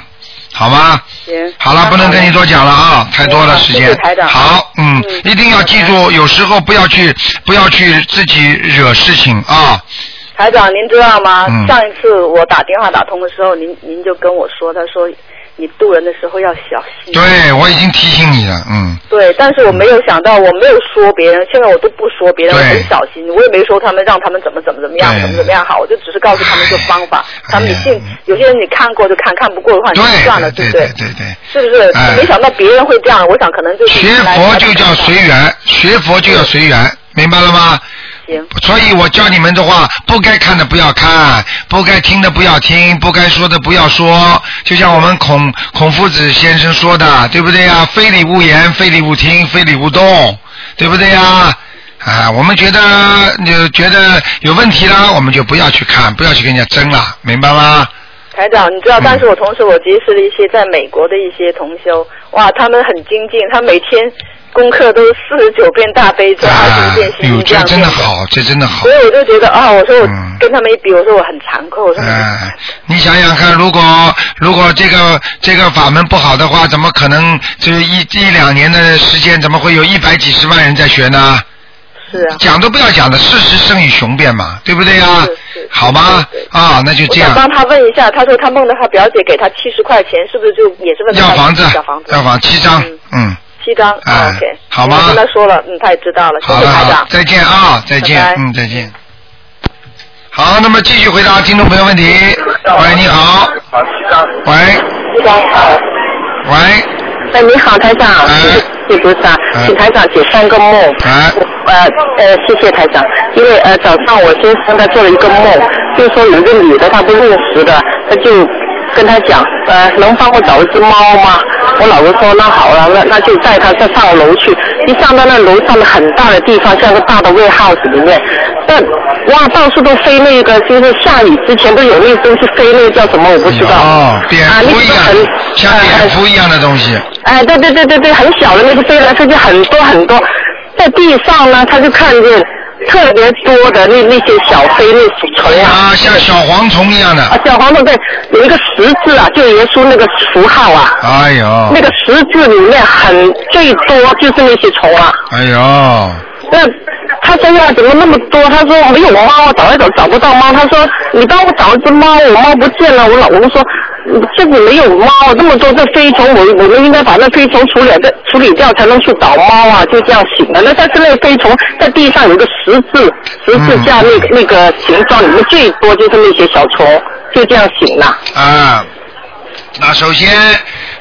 S2: 好吗？
S7: 行，
S2: 好了，不能跟你多讲了啊，太多了时
S7: 谢谢
S2: 间
S7: 台。长
S2: 好，嗯，一定要记住，有时候不要去，不要去自己惹事情啊。
S7: 台长，您知道吗？
S2: 嗯
S7: 上一次我打电话打通的时候，您您就跟我说，他说你渡人的时候要小心。
S2: 对，我已经提醒你了，嗯，
S7: 对，但是我没有想到，我没有说别人，现在我都不说别人，我
S2: 对
S7: 很小心，我也没说他们让他们怎么怎么怎么样，
S2: 对哎
S7: 怎么怎么样好，我就只是告诉他们一个方法。他们你信，有些人你看过就看，看不过的话你就算了，对不
S2: 对对对对，
S7: 是不是？
S2: 哎
S7: 没想到别人会这样，我想可能就是
S2: 学
S7: 来
S2: 佛就叫随缘，学佛就要随缘，明白了吗？
S7: 行。
S2: 所以我教你们的话，不该看的不要看，不该听的不要听，不该说的不要说。就像我们孔孔夫子先生说的，对不对呀、非礼勿言，非礼勿听，非礼勿动，对不对呀、啊？我们觉得就觉得有问题啦，我们就不要去看，不要去跟人家争了，明白吗？
S7: 台长，你知道，
S2: 嗯
S7: 但是我同时我结识了一些在美国的一些同修，哇，他们很精进，他每天功课都四十九遍大悲咒，二十
S2: 啊
S7: 一遍，心
S2: 哟，
S7: 经这
S2: 这
S7: 样
S2: 真的
S7: 念。
S2: 好，这真的好
S7: 所。以我就觉得啊，我说我
S2: 嗯
S7: 跟他们一比，我说我很惭愧，我说
S2: 嗯，你想想看，如果如果这个这个法门不好的话，怎么可能就是一一两年的时间，怎么会有一百几十万人在学呢？
S7: 是啊，
S2: 讲都不要讲的，事实胜于雄辩嘛，对不对呀、
S7: 是是
S2: 好吗
S7: 对对？
S2: 啊，那就
S7: 我
S2: 这
S7: 想
S2: 样。
S7: 帮他问一下，他说他梦到他表姐给他七十块钱，是不是就也是问他
S2: 要房子
S7: 要房，子，
S2: 要房七张
S7: 嗯，
S2: 嗯，
S7: 七张、
S2: 哎
S7: o k
S2: 好吗
S7: 我跟他说了，嗯，他也知道了，谢
S2: 好
S7: 谢
S2: 了，
S7: 台
S2: 好
S7: 长，
S2: 再见啊，再见，
S7: 拜拜
S2: 嗯，再见。好，那么继续回答听众朋友问题。喂，你好。喂，
S6: 台长好。
S2: 喂，
S6: 哎，你好，台长，
S2: 哎
S6: 谢谢谢菩萨
S2: 哎，
S6: 请台长解三个梦。
S2: 哎，
S6: 呃呃，谢谢台长，因为呃早上我先生他做了一个梦，就说有一个女的她不认识的，他就跟他讲，呃能帮我找一只猫吗？我老公说那好了，那那就带他再上楼去，一上到那楼上的很大的地方，像个大的 warehouse 里面，那哇到处都飞那个就是下雨之前不是有那个东西飞那个叫什么我不知道，
S2: 哦，蝙
S6: 啊那
S2: 蝠
S6: 个
S2: 一样
S6: 很，
S2: 像
S6: 呃
S2: 蝙蝠一样的东西。
S6: 哎，对对对对对，很小的那个飞来飞去，很多很多，在地上呢，他就看见特别多的那那些小飞那鼠虫啊，
S2: 啊，像小蝗虫一样
S6: 啊
S2: 的。，
S6: 小黄虫对，有一个十字啊，就耶稣那个符号啊，
S2: 哎呦
S6: 那，个十字里面很最多就是那些虫啊，
S2: 哎呦，
S6: 那。他说呀，怎么那么多？他说没有猫，我找一找找不到猫。他说你帮我找一只猫，我猫不见了。我老公说嗯这里没有猫，这么多这飞虫，我我们应该把那飞虫处理的处理掉，才能去找猫啊，就这样醒了。那但是那个飞虫在地上有个十字，十字架那个、那个形状里面最多就是那些小虫，就这样醒了。
S2: 啊，那首先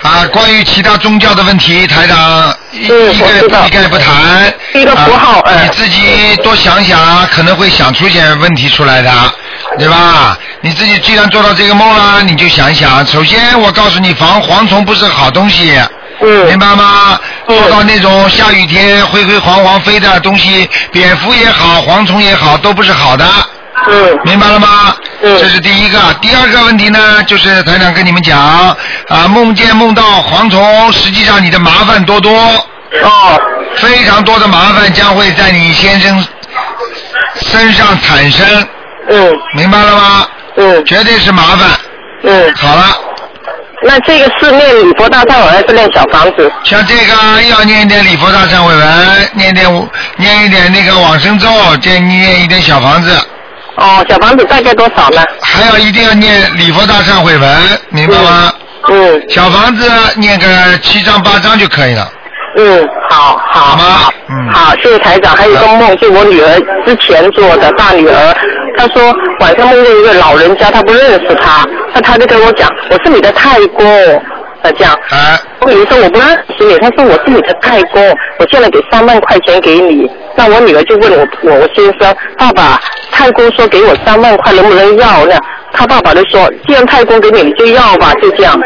S2: 啊，关于其他宗教的问题，台长一
S6: 嗯
S2: 一
S6: 我知
S2: 概
S6: 道
S2: 一概不谈。
S6: 一个符号
S2: 啊
S6: 嗯
S2: 你自己多想想，可能会想出点问题出来的，对吧？你自己既然做到这个梦了，你就想一想。首先，我告诉你，防蝗虫不是好东西。明
S6: 嗯
S2: 白吗？做到那种下雨天灰灰黄黄飞的东西，蝙蝠也好，蝗虫也好，都不是好的。
S6: 嗯
S2: 明白了吗？
S6: 嗯
S2: 这是第一个。第二个问题呢，就是台长跟你们讲啊，梦见梦到蝗虫，实际上你的麻烦多多，
S6: 哦
S2: 非常多的麻烦将会在你先生身上产生，
S6: 嗯
S2: 明白了吗？
S6: 嗯
S2: 绝对是麻烦。
S6: 嗯，
S2: 好了，
S6: 那这个是念礼佛大忏悔还是念小房子？
S2: 像这个要念一点礼佛大忏悔文，念点念一点那个往生咒，再念一点小房子，
S6: 哦，小房子大概多少呢？
S2: 还要一定要念礼佛大忏悔文，明白吗？
S6: 嗯
S2: 小房子念个七张八张就可以了，
S6: 嗯，好
S2: 好
S6: 好
S2: 吗？嗯，
S6: 好，谢谢台长。还有一个梦，是我女儿之前做的，大女儿，她说晚上梦见一个老人家，她不认识他，那她就跟我讲，我是你的太公，她这样。
S2: 哎，
S6: 我女儿说我不认识你，她说我是你的太公，我现在给三万块钱给你。那我女儿就问我我我先生爸爸，太公说给我三万块，能不能要呢？他爸爸就说，既然太公给你，你就要吧，就这样。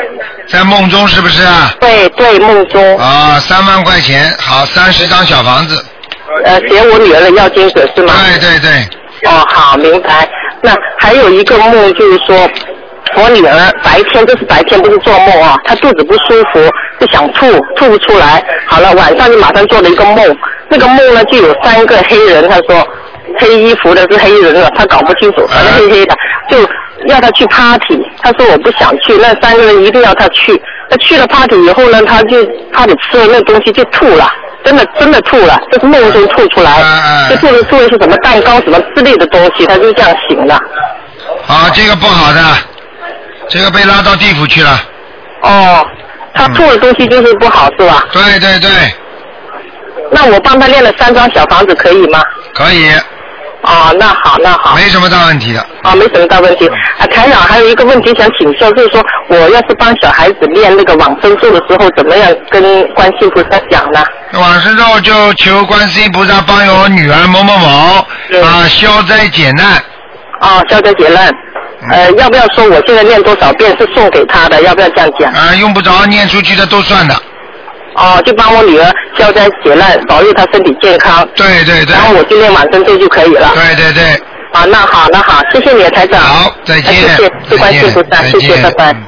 S2: 在梦中是不是啊？
S6: 对对，梦中，
S2: 啊，三万块钱，好，三十张小房子，
S6: 呃，写我女儿的要经者是吗？
S2: 对对对，
S6: 哦，好，明白。那还有一个梦就是说，我女儿白天就是白天不是做梦啊，她肚子不舒服，就想吐，吐不出来。好了，晚上就马上做了一个梦，那个梦呢就有三个黑人，她说黑衣服的是黑人了，她搞不清楚，反正黑黑的，就要她去 party，她说我不想去，那三个人一定要她去。那去了 party 以后呢，她就 party 吃了那东西就吐了。真的真的吐了，就是梦中吐出来，
S2: 嗯嗯
S6: 就做的做的是什么蛋糕什么之类的东西，他就这样醒了。
S2: 啊，这个不好的，这个被拉到地府去了，嗯
S6: 哦，他吐的东西就是不好是吧？
S2: 对对对，
S6: 那我帮他练了三张小房子可以吗？
S2: 可以，
S6: 哦，那好那好，
S2: 没什么大问题的，
S6: 啊、没什么大问
S2: 嗯
S6: 题。啊，台长还有一个问题想请教，就是说我要是帮小孩子练那个往生咒的时候，怎么样跟观世音菩萨讲呢？
S2: 往生咒就求观世音菩萨帮我女儿某某某
S6: 对
S2: 啊消灾解难，
S6: 哦，消灾解难。
S2: 嗯
S6: 呃，要不要说我现在念多少遍是送给他的？要不要这样讲？
S2: 啊用不着念出去的都算的，
S6: 哦，就帮我女儿消灾解难，保佑她身体健康。
S2: 对对对
S6: 然，后我就练往生咒就可以了。
S2: 对对对。
S6: 啊，那好，那好，谢谢你，台长。
S2: 好，再见，
S6: 哎谢谢，谢
S2: 再
S6: 关心
S2: 见，
S6: 菩萨，
S2: 再
S6: 谢
S2: 见
S6: 谢，拜拜。
S2: 嗯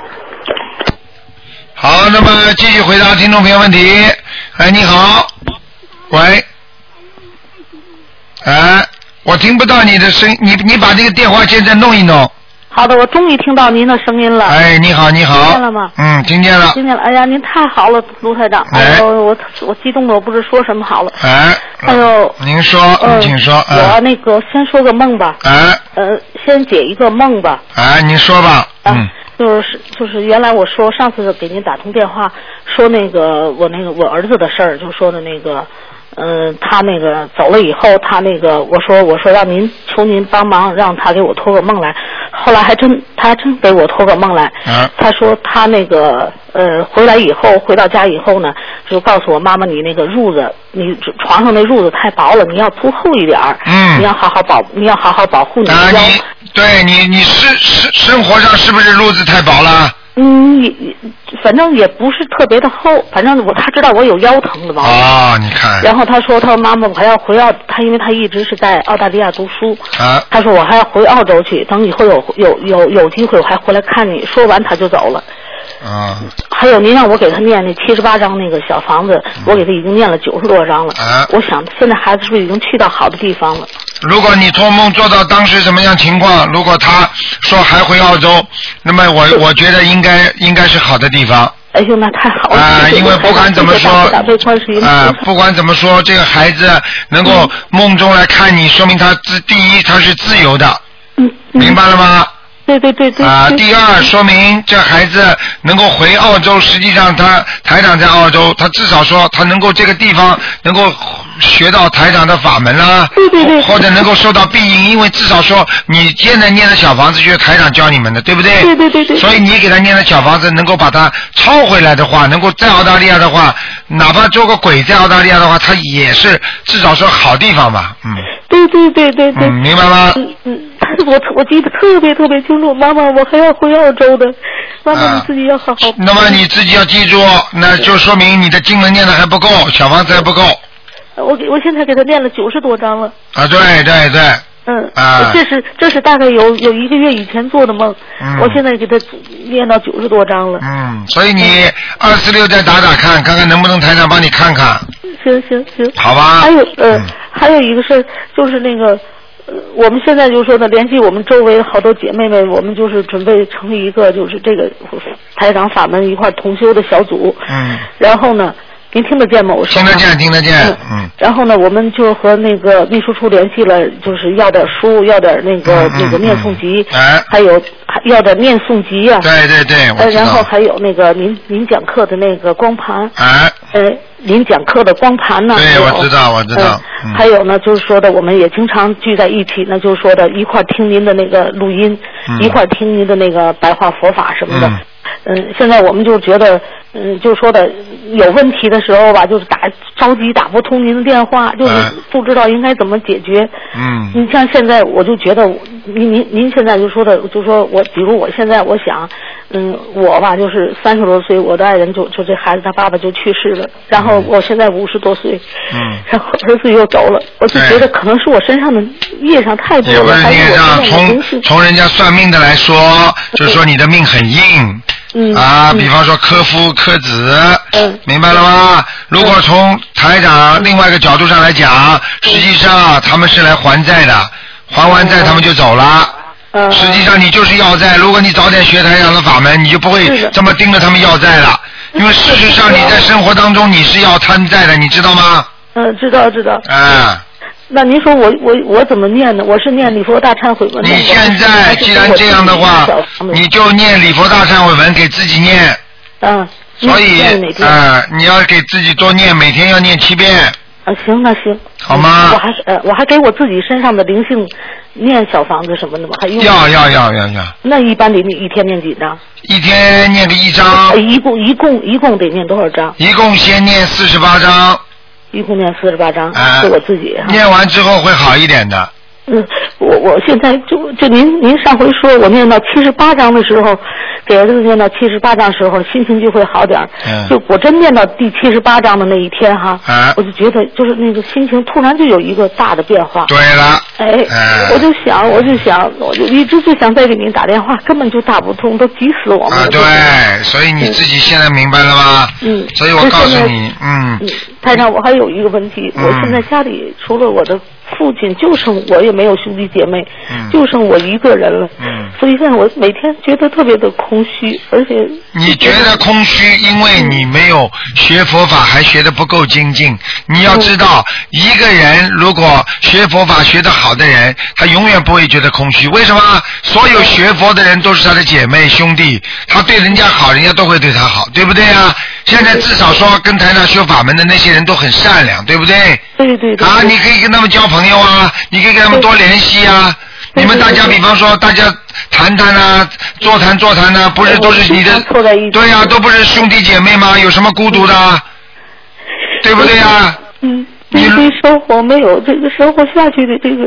S2: 好，那么继续回答听众朋友问题。哎，你好，喂，哎，我听不到你的声，你你把这个电话现在弄一弄。
S8: 好的，我终于听到您的声音了。
S2: 哎，你好，你好。
S8: 听见了吗？
S2: 嗯，听见了。
S8: 听见了，哎呀，您太好了，卢台长。
S2: 哎
S8: 呦，我我激动的，我不知说什么好了。
S2: 哎，
S8: 哎呦，
S2: 您说，
S8: 呃
S2: 您请说，
S8: 我
S2: 哎
S8: 那个先说个梦吧。
S2: 哎
S8: 呃，先解一个梦吧。
S2: 哎，您说吧，
S8: 啊
S2: 嗯，
S8: 就是就是原来我说上次给您打通电话说那个我那个我儿子的事儿，就说的那个，嗯、他那个走了以后，他那个我说我说让您求您帮忙，让他给我托个梦来。后来还真他还真给我托个梦来，
S2: 啊
S8: 他说他那个呃回来以后回到家以后呢，就告诉我妈妈你那个褥子你床上那褥子太薄了，你要铺厚一点儿，
S2: 嗯
S8: 你要好好保你要好好保护你的
S2: 啊，
S8: 腰。
S2: 你对你你是是生活上是不是路子太薄了？
S8: 嗯，也也反正也不是特别的厚，反正我他知道我有腰疼的毛病。
S2: 哦，你看，
S8: 然后他说：“他说妈妈，我还要回澳，他因为他一直是在澳大利亚读书，
S2: 啊，
S8: 他说我还要回澳洲去，等以后有有有有机会我还回来看你。”说完他就走了。
S2: 啊
S8: 还有您让我给他念那七十八章那个小房子，我给他已经念了九十多章了。
S2: 嗯啊，
S8: 我想现在孩子是不是已经去到好的地方了？
S2: 如果你做梦做到当时什么样情况，如果他说还回澳洲，那么我我觉得应该应该是好的地方。
S8: 哎呦，那太好了！
S2: 啊，
S8: 谢谢
S2: 因为不管怎么说
S8: 谢谢大慈大悲观世音，菩萨
S2: 啊，不管怎么说，这个孩子能
S8: 嗯
S2: 够梦中来看你，说明他自第一他是自由的，
S8: 嗯，嗯
S2: 明白了吗？
S8: 对对对对。
S2: 啊，
S8: 对
S2: 第二说明这孩子能够回澳洲，实际上他台长在澳洲，他至少说他能够这个地方能够学到台长的法门啦，
S8: 对对对
S2: 或者能够受到庇应，因为至少说你现在念的小房子就是台长教你们的，对不对？
S8: 对对对对
S2: 所以你给他念的小房子能够把他抄回来的话，能够在澳大利亚的话，哪怕做个鬼在澳大利亚的话，他也是至少说好地方吧，嗯
S8: 对对对对对。
S2: 嗯，明白吗？
S8: 嗯嗯，但是我我记得特别特别清楚，妈妈，我还要回澳洲的，妈妈你
S2: 啊
S8: 自己要好好。
S2: 那么你自己要记住，那就说明你的经文念的还不够，小房子还不够
S8: 我给我现在给他念了九十多章了，
S2: 啊！对对对，
S8: 嗯，
S2: 啊
S8: 这是这是大概有有一个月以前做的梦，
S2: 嗯
S8: 我现在给他念到九十多章了，
S2: 嗯，所以你二四六再打打看，看看能不能台长帮你看看，
S8: 行行行。
S2: 好吧？
S8: 还有呃，
S2: 嗯
S8: 还有一个事儿就是那个。呃我们现在就说呢，联系我们周围好多姐妹们，我们就是准备成立一个就是这个台长法门一块儿同修的小组。
S2: 嗯，
S8: 然后呢，您听得见吗？我说
S2: 听得
S8: 话
S2: 见，听得见，嗯
S8: 嗯，然后呢，我们就和那个秘书处联系了，就是要点书，要点那个
S2: 嗯嗯
S8: 那个念诵集
S2: 嗯哎，
S8: 还有还要点念诵集呀。
S2: 对对对，我
S8: 呃，
S2: 知道。
S8: 然后还有那个您您讲课的那个光盘，
S2: 哎，
S8: 呃，您讲课的光盘呢？
S2: 对
S8: 还有
S2: 我知道我知道
S8: 呃
S2: 嗯
S8: 还有呢，就是说的，我们也经常聚在一起呢，就是说的，一块儿听您的那个录音，
S2: 嗯
S8: 一块儿听您的那个呃白话佛法什么的
S2: 嗯。
S8: 嗯，现在我们就觉得，嗯，就说的有问题的时候吧，就是打着急打不通您的电话，就是
S2: 哎
S8: 不知道应该怎么解决。
S2: 嗯
S8: 你像现在，我就觉得我，您您您现在就说的，就说我，比如我现在我想，嗯，我吧，就是三十多岁，我的爱人就就这孩子他爸爸就去世了，然后我现在五十多岁，
S2: 嗯，
S8: 然后儿子又走了，我就觉得
S2: 对
S8: 可能是我身上的业障太多
S2: 也不
S8: 了，
S2: 是
S8: 还
S2: 你让
S8: 是我身上的灵
S2: 啊从
S8: 性，
S2: 从人家算命的来说，就说你的命很硬，
S8: 嗯
S2: 啊，
S8: 嗯
S2: 比方说科夫、科子，
S8: 嗯
S2: 明白了吗？如果从台长另外一个角度上来讲，实际上
S8: 嗯
S2: 啊他们是来还债的，还完债他们就走了。
S8: 嗯，
S2: 实际上你就是要债，如果你早点学台长的法门，你就不
S8: 是
S2: 会
S8: 的嗯
S2: 这么盯着他们要债了。因为事实上你在生活当中你是要贪债的，你知道吗？
S8: 嗯，知道知道。
S2: 哎，
S8: 那您说我我我怎么念呢？我是念礼佛大忏悔文的。
S2: 你现在既然这样的话，你就念礼佛大忏悔文给自己念，
S8: 嗯，
S2: 所以
S8: 念哪遍
S2: 啊、你要给自己多念，每天要念七遍，
S8: 啊，行，那行，
S2: 好吗
S8: 我还呃，我还给我自己身上的灵性念小房子什么的吗？还用吗
S2: 要要要要要，
S8: 那一般得你一天念几张？
S2: 一天念个一
S8: 呃
S2: 章，
S8: 一共一共一共得念多少张？
S2: 一共先念四十八章，
S8: 一共念四十八张，
S2: 啊
S8: 是我自己哈。
S2: 念完之后会好一点的，啊
S8: 嗯，我我现在就就您您上回说我念到七十八章的时候，给儿子念到七十八章的时候，心情就会好点儿。
S2: 嗯
S8: 就我真念到第七十八章的那一天哈，
S2: 啊
S8: 我就觉得就是那个心情突然就有一个大的变化。
S2: 对了，
S8: 哎，
S2: 嗯
S8: 我就想，我就想，我就一直就想再给您打电话，根本就打不通，都急死我了。
S2: 啊，
S8: 我就
S2: 对，所以你自己现在明白了吗？
S8: 嗯
S2: 所以我
S8: 那
S2: 告诉
S8: 现在
S2: 你，嗯，
S8: 嗯，台长，我还有一个问题，
S2: 嗯
S8: 我现在家里除了我的父亲，就剩我也没有兄弟姐妹，
S2: 嗯
S8: 就剩我一个人了。
S2: 嗯
S8: 所以现在我每天觉得特别的空虚，而且
S2: 你觉得空虚，因为你没有学佛法，还学的不够精进。你要知道，一个人如果学佛法学得好的人，他永远不会觉得空虚。为什么？所有学佛的人都是他的姐妹兄弟，他对人家好，人家都会对他好，对不对啊？现在至少说跟台上学法门的那些人都很善良，对不对？
S8: 对对对
S2: 啊，你可以跟他们交朋友啊，你可以跟他们多联系啊。
S8: 对
S2: 你们大家，
S8: 对对
S2: 比方说大家谈谈啊，座谈座谈啊，不是都是你的
S8: 经常凑在一起
S2: 对呀、啊都不是兄弟姐妹吗？有什么孤独的啊，对不对呀、啊
S8: 嗯，
S2: 你
S8: 面对生活没有这个生活下去的这个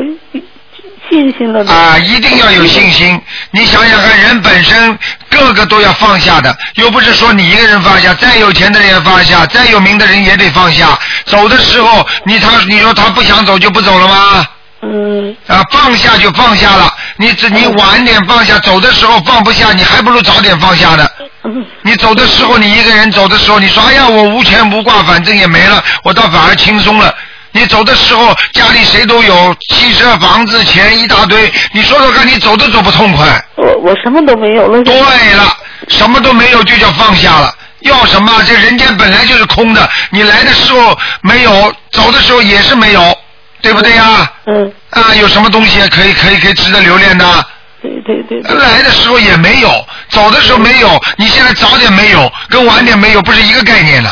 S8: 信心了呢。
S2: 啊，一定要有信心。你想想看，人本身个个都要放下的，又不是说你一个人放下，再有钱的人也放下，再有名的人也得放下。走的时候，你他你说他不想走就不走了吗？
S8: 嗯，
S2: 啊，放下就放下了，你只你晚点放下，走的时候放不下，你还不如早点放下呢。
S8: 嗯
S2: 你走的时候，你一个人走的时候，你说哎呀，我无牵无挂，反正也没了，我倒反而轻松了。你走的时候，家里谁都有，汽车、房子、钱一大堆，你说说看，你走都走不痛快。
S8: 我我什么都没有了。
S2: 对了，什么都没有就叫放下了。要什么？这人间本来就是空的，你来的时候没有，走的时候也是没有，对不对呀、
S8: 嗯，
S2: 啊，有什么东西可以可以可以值得留恋的？
S8: 对对对对，
S2: 来的时候也没有，走的时候没有，你现在早点没有，跟晚点没有不是一个概念 呐、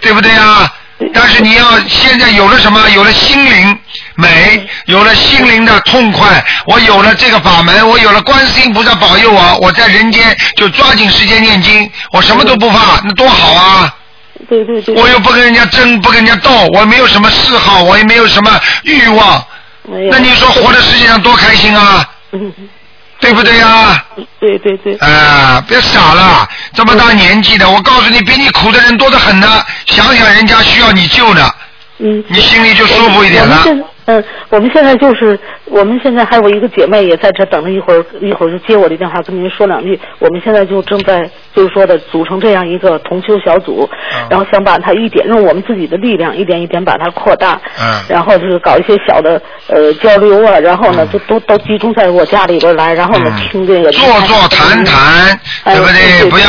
S2: 对不对啊？但是你要现在有了什么？有了心灵
S8: 嗯
S2: 美，有了心灵的痛快，我有了这个法门，我有了观世音菩萨保佑我，我在人间就抓紧时间念经，我什么都不怕，那多好啊！
S8: 嗯对对对，
S2: 我又不跟人家争，不跟人家斗，我没有什么嗜好，我也没有什么欲望，
S8: 没有。
S2: 那你说活在世界上多开心啊，
S8: 哎嗯，
S2: 对不对啊？
S8: 对对对，
S2: 啊、别傻了，这么大年纪的，我告诉你，比你苦的人多得很呢。想想人家需要你救的，
S8: 嗯。
S2: 你心里就舒服一点了
S8: 我。们现在嗯，我们现在就是，我们现在还有一个姐妹也在这等着，一会儿一会儿就接我的电话，跟您说两句。我们现在就正在就是说的组成这样一个同修小组，
S2: 啊
S8: 然后想把它一点用我们自己的力量一点一点把它扩大，
S2: 嗯
S8: 然后就是搞一些小的呃交流啊，然后
S2: 嗯
S8: 呢就都都集中在我家里边来，然后呢听这个
S2: 坐坐谈谈，
S8: 哎
S2: 对不
S8: 对
S2: 对？
S8: 对
S2: 不要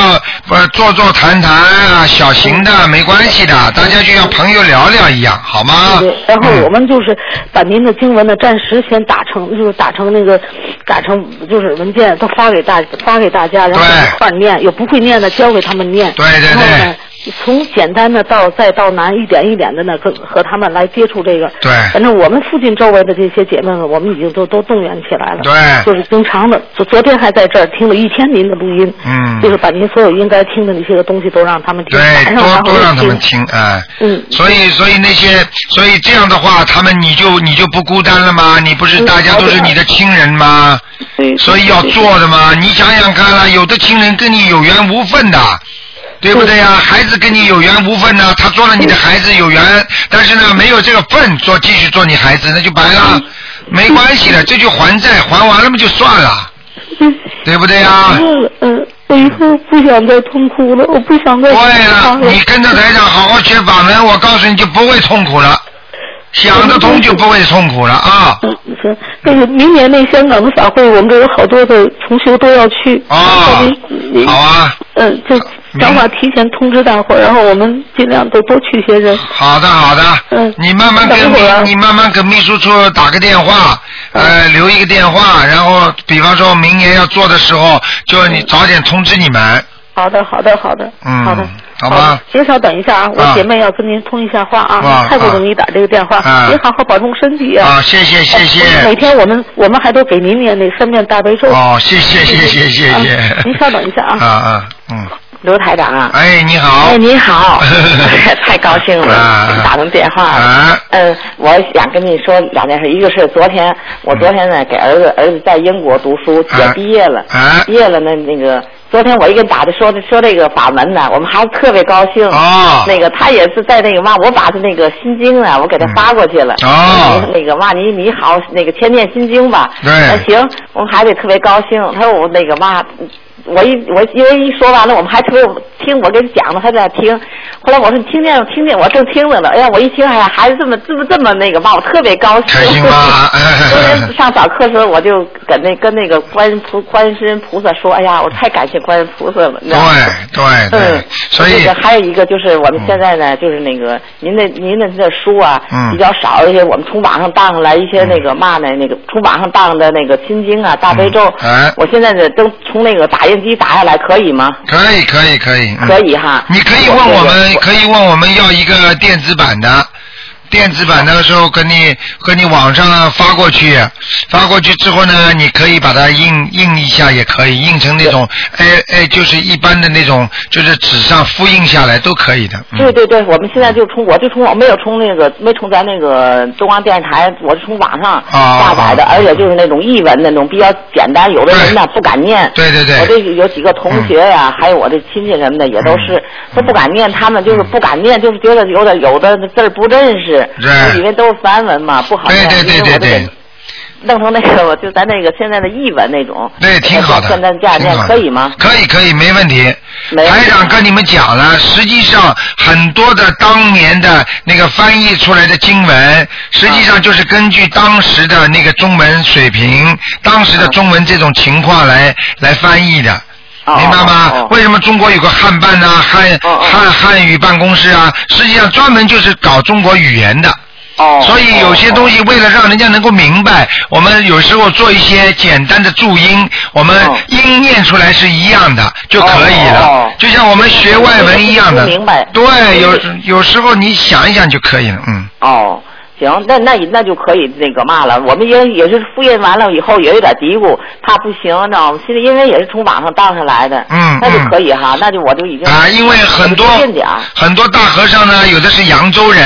S2: 不坐坐谈谈啊，小型的没关系的，大家就像朋友聊聊一样，好吗？
S8: 对，然后
S2: 嗯
S8: 我们就是把您的经文呢，暂时先打成，就是打成那个，打成就是文件，都发给大发给大家，然后
S2: 对
S8: 一块儿念，有不会念的教给他们念，
S2: 对对
S8: 然后呢
S2: 对，
S8: 从简单的到再到难，一点一点的呢，跟和他们来接触这个。
S2: 对
S8: 反
S9: 嗯
S8: 正我们附近周围的这些姐妹们，我们已经都都动员起来了。
S2: 对
S8: 就是经常的，昨昨天还在这儿听了一天您的录音。
S2: 嗯
S8: 就是把您所有应该听的那些个东西都让他们听，
S2: 对，
S8: 晚上
S2: 多
S8: 然后
S2: 多
S8: 又
S2: 让他们听
S9: 呃
S2: 啊。
S8: 嗯
S2: 所以，所以那些，所以这样的话，他们你就你就不孤单了吗？你不是
S8: 嗯
S2: 大家都是你的亲人吗？
S8: 对
S2: 所以要做的嘛。你想想看啦、有的亲人跟你有缘无分的。对不对呀、
S8: 嗯
S2: 孩子跟你有缘无分呐、他做了你的孩子有缘，但是呢没有这个份做继续做你孩子，那就白
S8: 嗯
S2: 了，没关系的，这就还债，还完了嘛就算了，对不对呀、
S8: 嗯，嗯，我以后不想再痛苦了，我不想再
S2: 对
S8: 伤
S2: 了，你跟着台长好好学法门，我告诉你就不会痛苦了，想得通就不会痛苦了啊！
S8: 嗯，行，那个明年那香港的法会，我们这有好多的同学都要去。
S2: 哦
S8: 您，
S2: 好啊，
S8: 嗯，就想法提前通知大伙儿，然后我们尽量都多去 些人。
S2: 好的好的
S8: 嗯，
S2: 你慢慢跟
S8: 等
S2: 秘
S8: 会儿啊嗯
S2: 你慢慢跟秘书处打个电话，呃，留一个电话，然后比方说明年要做的时候，就你早点通知你们。
S8: 好的，好的，好的，
S2: 嗯
S8: 嗯好的，
S2: 好吧
S8: 的您稍等一下啊，
S2: 啊
S8: 我姐妹要跟您通一下话
S2: 啊
S8: 啊，太不容易打这个电话
S2: 啊，
S8: 您好好保重身体呃
S2: 啊，。谢谢谢
S8: 每
S2: 谢，
S8: 天我们我们还都给您念那三遍大悲咒。
S2: 哦，谢谢谢谢谢谢
S8: 啊您稍等一下啊
S2: 啊啊嗯。
S10: 刘台长啊！
S2: 哎，你好！
S10: 哎，你好！太高兴了，啊、打通电话了。
S2: 啊、
S10: 嗯，我想跟你说两件事，一个是昨天，我昨天呢给儿子，儿子在英国读书，也毕业了，
S2: 啊、
S10: 毕业了呢那个。昨天我一个打的说说这个法门呢，我们孩子特别高兴。
S2: 哦。
S10: 那个他也是在那个嘛，我把他那个心经啊，我给他发过去了。
S2: 嗯、哦。
S10: 那个嘛，你你好，那个先念心经吧。
S2: 对。
S9: 哎
S10: 那行，我们孩子也特别高兴。他说我那个嘛，我一我因为一说完了，我们还特别听我给他讲的，他在听。后来我说你听见听见，我正听着呢。哎呀，我一听，哎呀，孩子这么这么这么那个嘛，我特别高兴。
S2: 开心 哎吗？
S10: 昨天上早课时候，我就跟那跟那个观菩观世音菩萨说，哎呀，我太感谢。观音菩萨了，对
S2: 对对，嗯、所以
S10: 还有一个就是我们现在呢，嗯、就是那个您的您的这书啊、
S2: 嗯、
S10: 比较少，而且我们从网上当来一些那个嘛呢，那个从网上当的那个心经啊、大悲咒，
S2: 哎、
S10: 我现在这都从那个打印机打下来，可以吗？
S2: 可以可以可以，嗯
S10: 可以哈。
S2: 你可以问我们，可以问我们要一个电子版的。电子版那个时候跟你跟你网上发过去，发过去之后呢，你可以把它印印一下，也可以印成那种，哎哎，就是一般的那种，就是纸上复印下来都可以的。嗯、
S10: 对对对，我们现在就从我就从我没有从那个没从咱那个中央电视台，我是从网上下载的，
S2: 哦、
S10: 而且就是那种译文那种比较简单，有的人呢不敢念。
S2: 对对对。
S10: 我这有几个同学呀、啊，嗯、还有我的亲戚什么的也都是，他、
S2: 嗯、
S10: 不敢念，他们就是不敢念，就是觉得有的有的字儿不认识。
S2: 对，
S10: 里面都是梵文嘛，不好念。
S2: 对对对对对。
S10: 弄成那个， 就咱那个现在的译文那种。
S2: 对，挺好的。
S10: 现在这样念可以吗？
S2: 可以可以，没问题。
S10: 台
S2: 长跟你们讲了，实际上很多的当年的那个翻译出来的经文，实际上就是根据当时的那个中文水平、当时
S10: 嗯
S2: 的中文这种情况来来翻译的。
S10: 哦
S2: 明白吗？为什么中国有个汉办呐、啊、汉汉汉语办公室啊？实际上专门就是搞中国语言的。
S10: 哦。
S2: 所以有些东西为了让人家能够明白，我们有时候做一些简单的注音，我们
S10: 哦
S2: 音念出来是一样的就可以了，就像我们学外文一样的。
S10: 明白。
S2: 对，有有时候你想一想就可以了，嗯。
S10: 哦。行，那那那就可以那个嘛了。我们也也是复印完了以后也有点嘀咕，怕不行，你知道吗？现在因为也是从网上当上来的，
S2: 嗯，
S10: 那就可以哈，那就我就已经
S2: 啊，因为很多
S10: 啊
S2: 很多大和尚呢，有的是扬州人，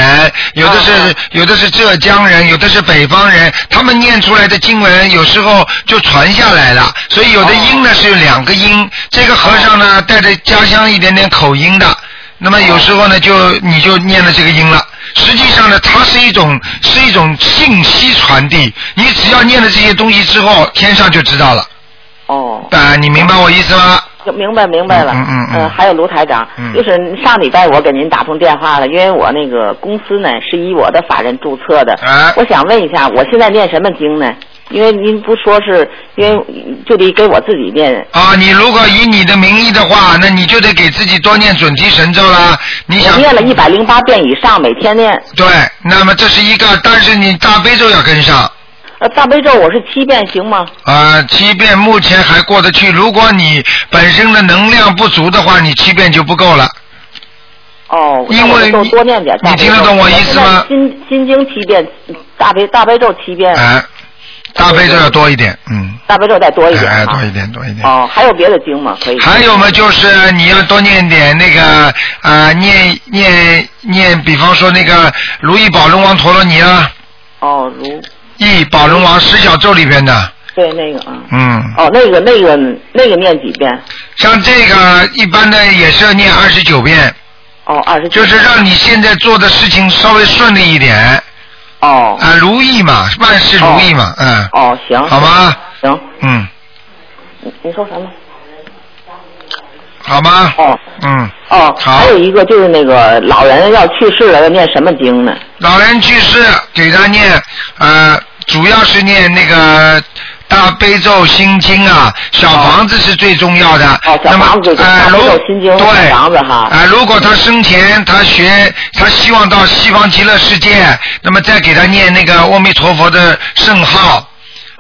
S2: 有的是、
S10: 啊、
S2: 有的是浙江人，有的是北方人，他们念出来的经文有时候就传下来了，所以有的音呢、
S10: 哦、
S2: 是两个音，这个和尚
S10: 啊
S2: 呢带着家乡一点点口音的，那么有时候呢就你就念了这个音了。实际上呢，它是一种是一种信息传递。你只要念了这些东西之后，天上就知道了。
S10: 哦。
S2: 啊，你明白我意思吗？
S10: 明白明白了，
S2: 嗯嗯
S10: 嗯，还有卢台长，就是上礼拜我给您打通电话了，因为我那个公司呢是以我的法人注册的，
S2: 啊
S10: 我想问一下，我现在念什么经呢？因为您不说是，因为就得给我自己念。
S2: 啊，你如果以你的名义的话，那你就得给自己多念准提神咒啦。你想
S10: 念了一百零八遍以上，每天念。
S2: 对，那么这是一个，但是你大悲咒要跟上。
S10: 呃，大悲咒我是七遍行吗？
S2: 啊、呃，七遍目前还过得去。如果你本身的能量不足的话，你七遍就不够了。
S10: 哦，
S2: 因为
S10: 多念点。
S2: 你听得懂我意思吗？
S10: 心心经七遍，大悲大悲咒七遍。
S2: 哎、呃，大悲咒要多一点，嗯。
S10: 大悲咒再多一点。啊
S2: 哎、呃，多一点，多一点。
S10: 哦，还有别的经吗？可以。
S2: 还有嘛，就是你要多念点那个啊，念念念，比方说那个如意宝龙王陀罗尼啊。
S10: 哦，如。
S2: 《宝龙王十小咒》里边的，
S10: 对那个啊，
S2: 嗯，
S10: 哦，那个那个那个念几遍？
S2: 像这个一般的也是要念二十九遍。
S10: 哦，二十九。
S2: 就是让你现在做的事情稍微顺利一点。
S10: 哦。
S2: 啊，如意嘛，万事如意嘛，
S10: 哦嗯。哦，行。
S2: 好吗？
S10: 行。
S2: 嗯。
S10: 你你说什么？
S2: 好吗？
S10: 哦，
S2: 嗯，
S10: 哦，还有一个就是那个老人要去世了，要念什么经呢？
S2: 老人去世，给他念，呃，主要是念那个大悲咒心经啊，小房子是最重要的。
S10: 哦，小房子，
S2: 呃，如
S10: 心经，
S2: 对，
S10: 小房子哈。
S2: 啊，如果他生前他学，他希望到西方极乐世界，那么再给他念那个阿弥陀佛的圣号。
S10: 哦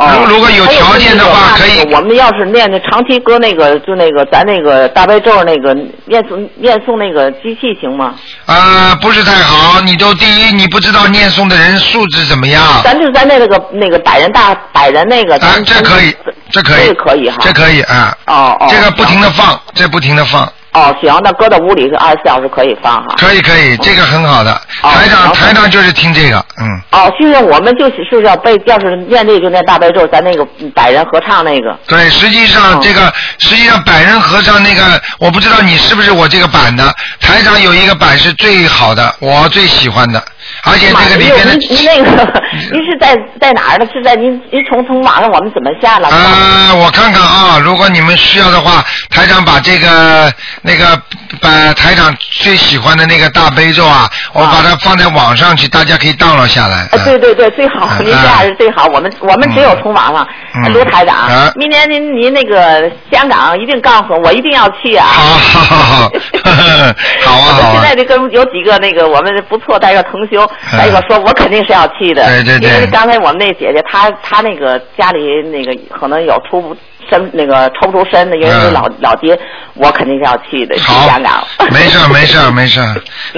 S2: 如如果有条件的话，可以。
S10: 我们要是念的长期搁那个，就那个咱那个大悲咒那个念诵念诵那个机器行吗？
S2: 啊，不是太好。你都第一，你不知道念诵的人素质怎么样。
S10: 咱就咱那个那个百人大百人那个。
S2: 啊，这可以，这可以，
S10: 这可以哈，
S2: 这可以啊。
S10: 哦哦。
S2: 这个不停的放，这不停的放。
S10: 哦，行，那搁到屋里是二十四小时可以放哈。
S2: 可以可以，这个很好的。
S10: 哦
S2: 台
S10: 然
S2: 长
S10: 后
S2: 台长就是听这个，嗯，
S10: 哦，就是我们就是是要背，要是念这个就念大悲咒，咱那个百人合唱那个。
S2: 对，实际上这个实际上百人合唱那个，我不知道你是不是我这个版的，台长有一个版是最好的，我最喜欢的，而且这个里面
S10: 妈呀
S2: 的
S10: 您您那 个您是在在哪儿呢？是在您您从从网上我们怎么下了？
S2: 呃，我看看啊，如果你们需要的话，台长把这个那个把台长最喜欢的那个大悲咒啊，我把它放在网上去，大家可以 download 下来。
S10: 啊，对对对，最好
S2: 嗯
S10: 您这样是最好。我们我们只有从网上
S2: 嗯，
S10: 卢台长
S2: 啊，
S10: 明年您您那个香港一定告诉我，我一定要去啊。
S2: 好好好，好啊
S10: 我
S2: 好
S10: 现
S2: 啊
S10: 在，就跟有几个那个我们不错，带个同修，带一个说，我肯定是要去的。
S2: 嗯对对对
S10: 因为刚才我们那姐姐，她她那个家里那个可能有出不身那个抽不出身的，因为
S2: 嗯
S10: 老、老爹，我肯定是要去的，去香港。
S2: 没事儿没事儿没事儿，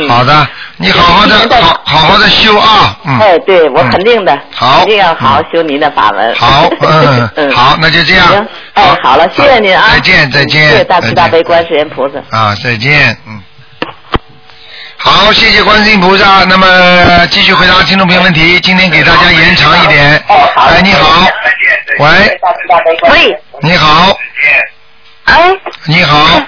S2: 好的，你好好
S10: 明年
S2: 的
S10: 再
S2: 好好好的修啊，嗯，
S10: 哎，对，我肯定的，
S2: 好
S10: 肯定要好好修您的法门。
S2: 好， 嗯，好，那就这样
S10: 行，哎，好了，谢谢您啊，
S2: 再见再见
S10: 谢谢大
S2: 再
S10: 慈
S2: 见
S10: 大悲观世音菩萨。
S2: 啊，再见，嗯。好，谢谢观世音菩萨。那么呃继续回答听众朋友问题，今天给大家延长一点。哎，你好，喂，
S9: 嗯喂，
S2: 你好，
S9: 哎，
S2: 你好，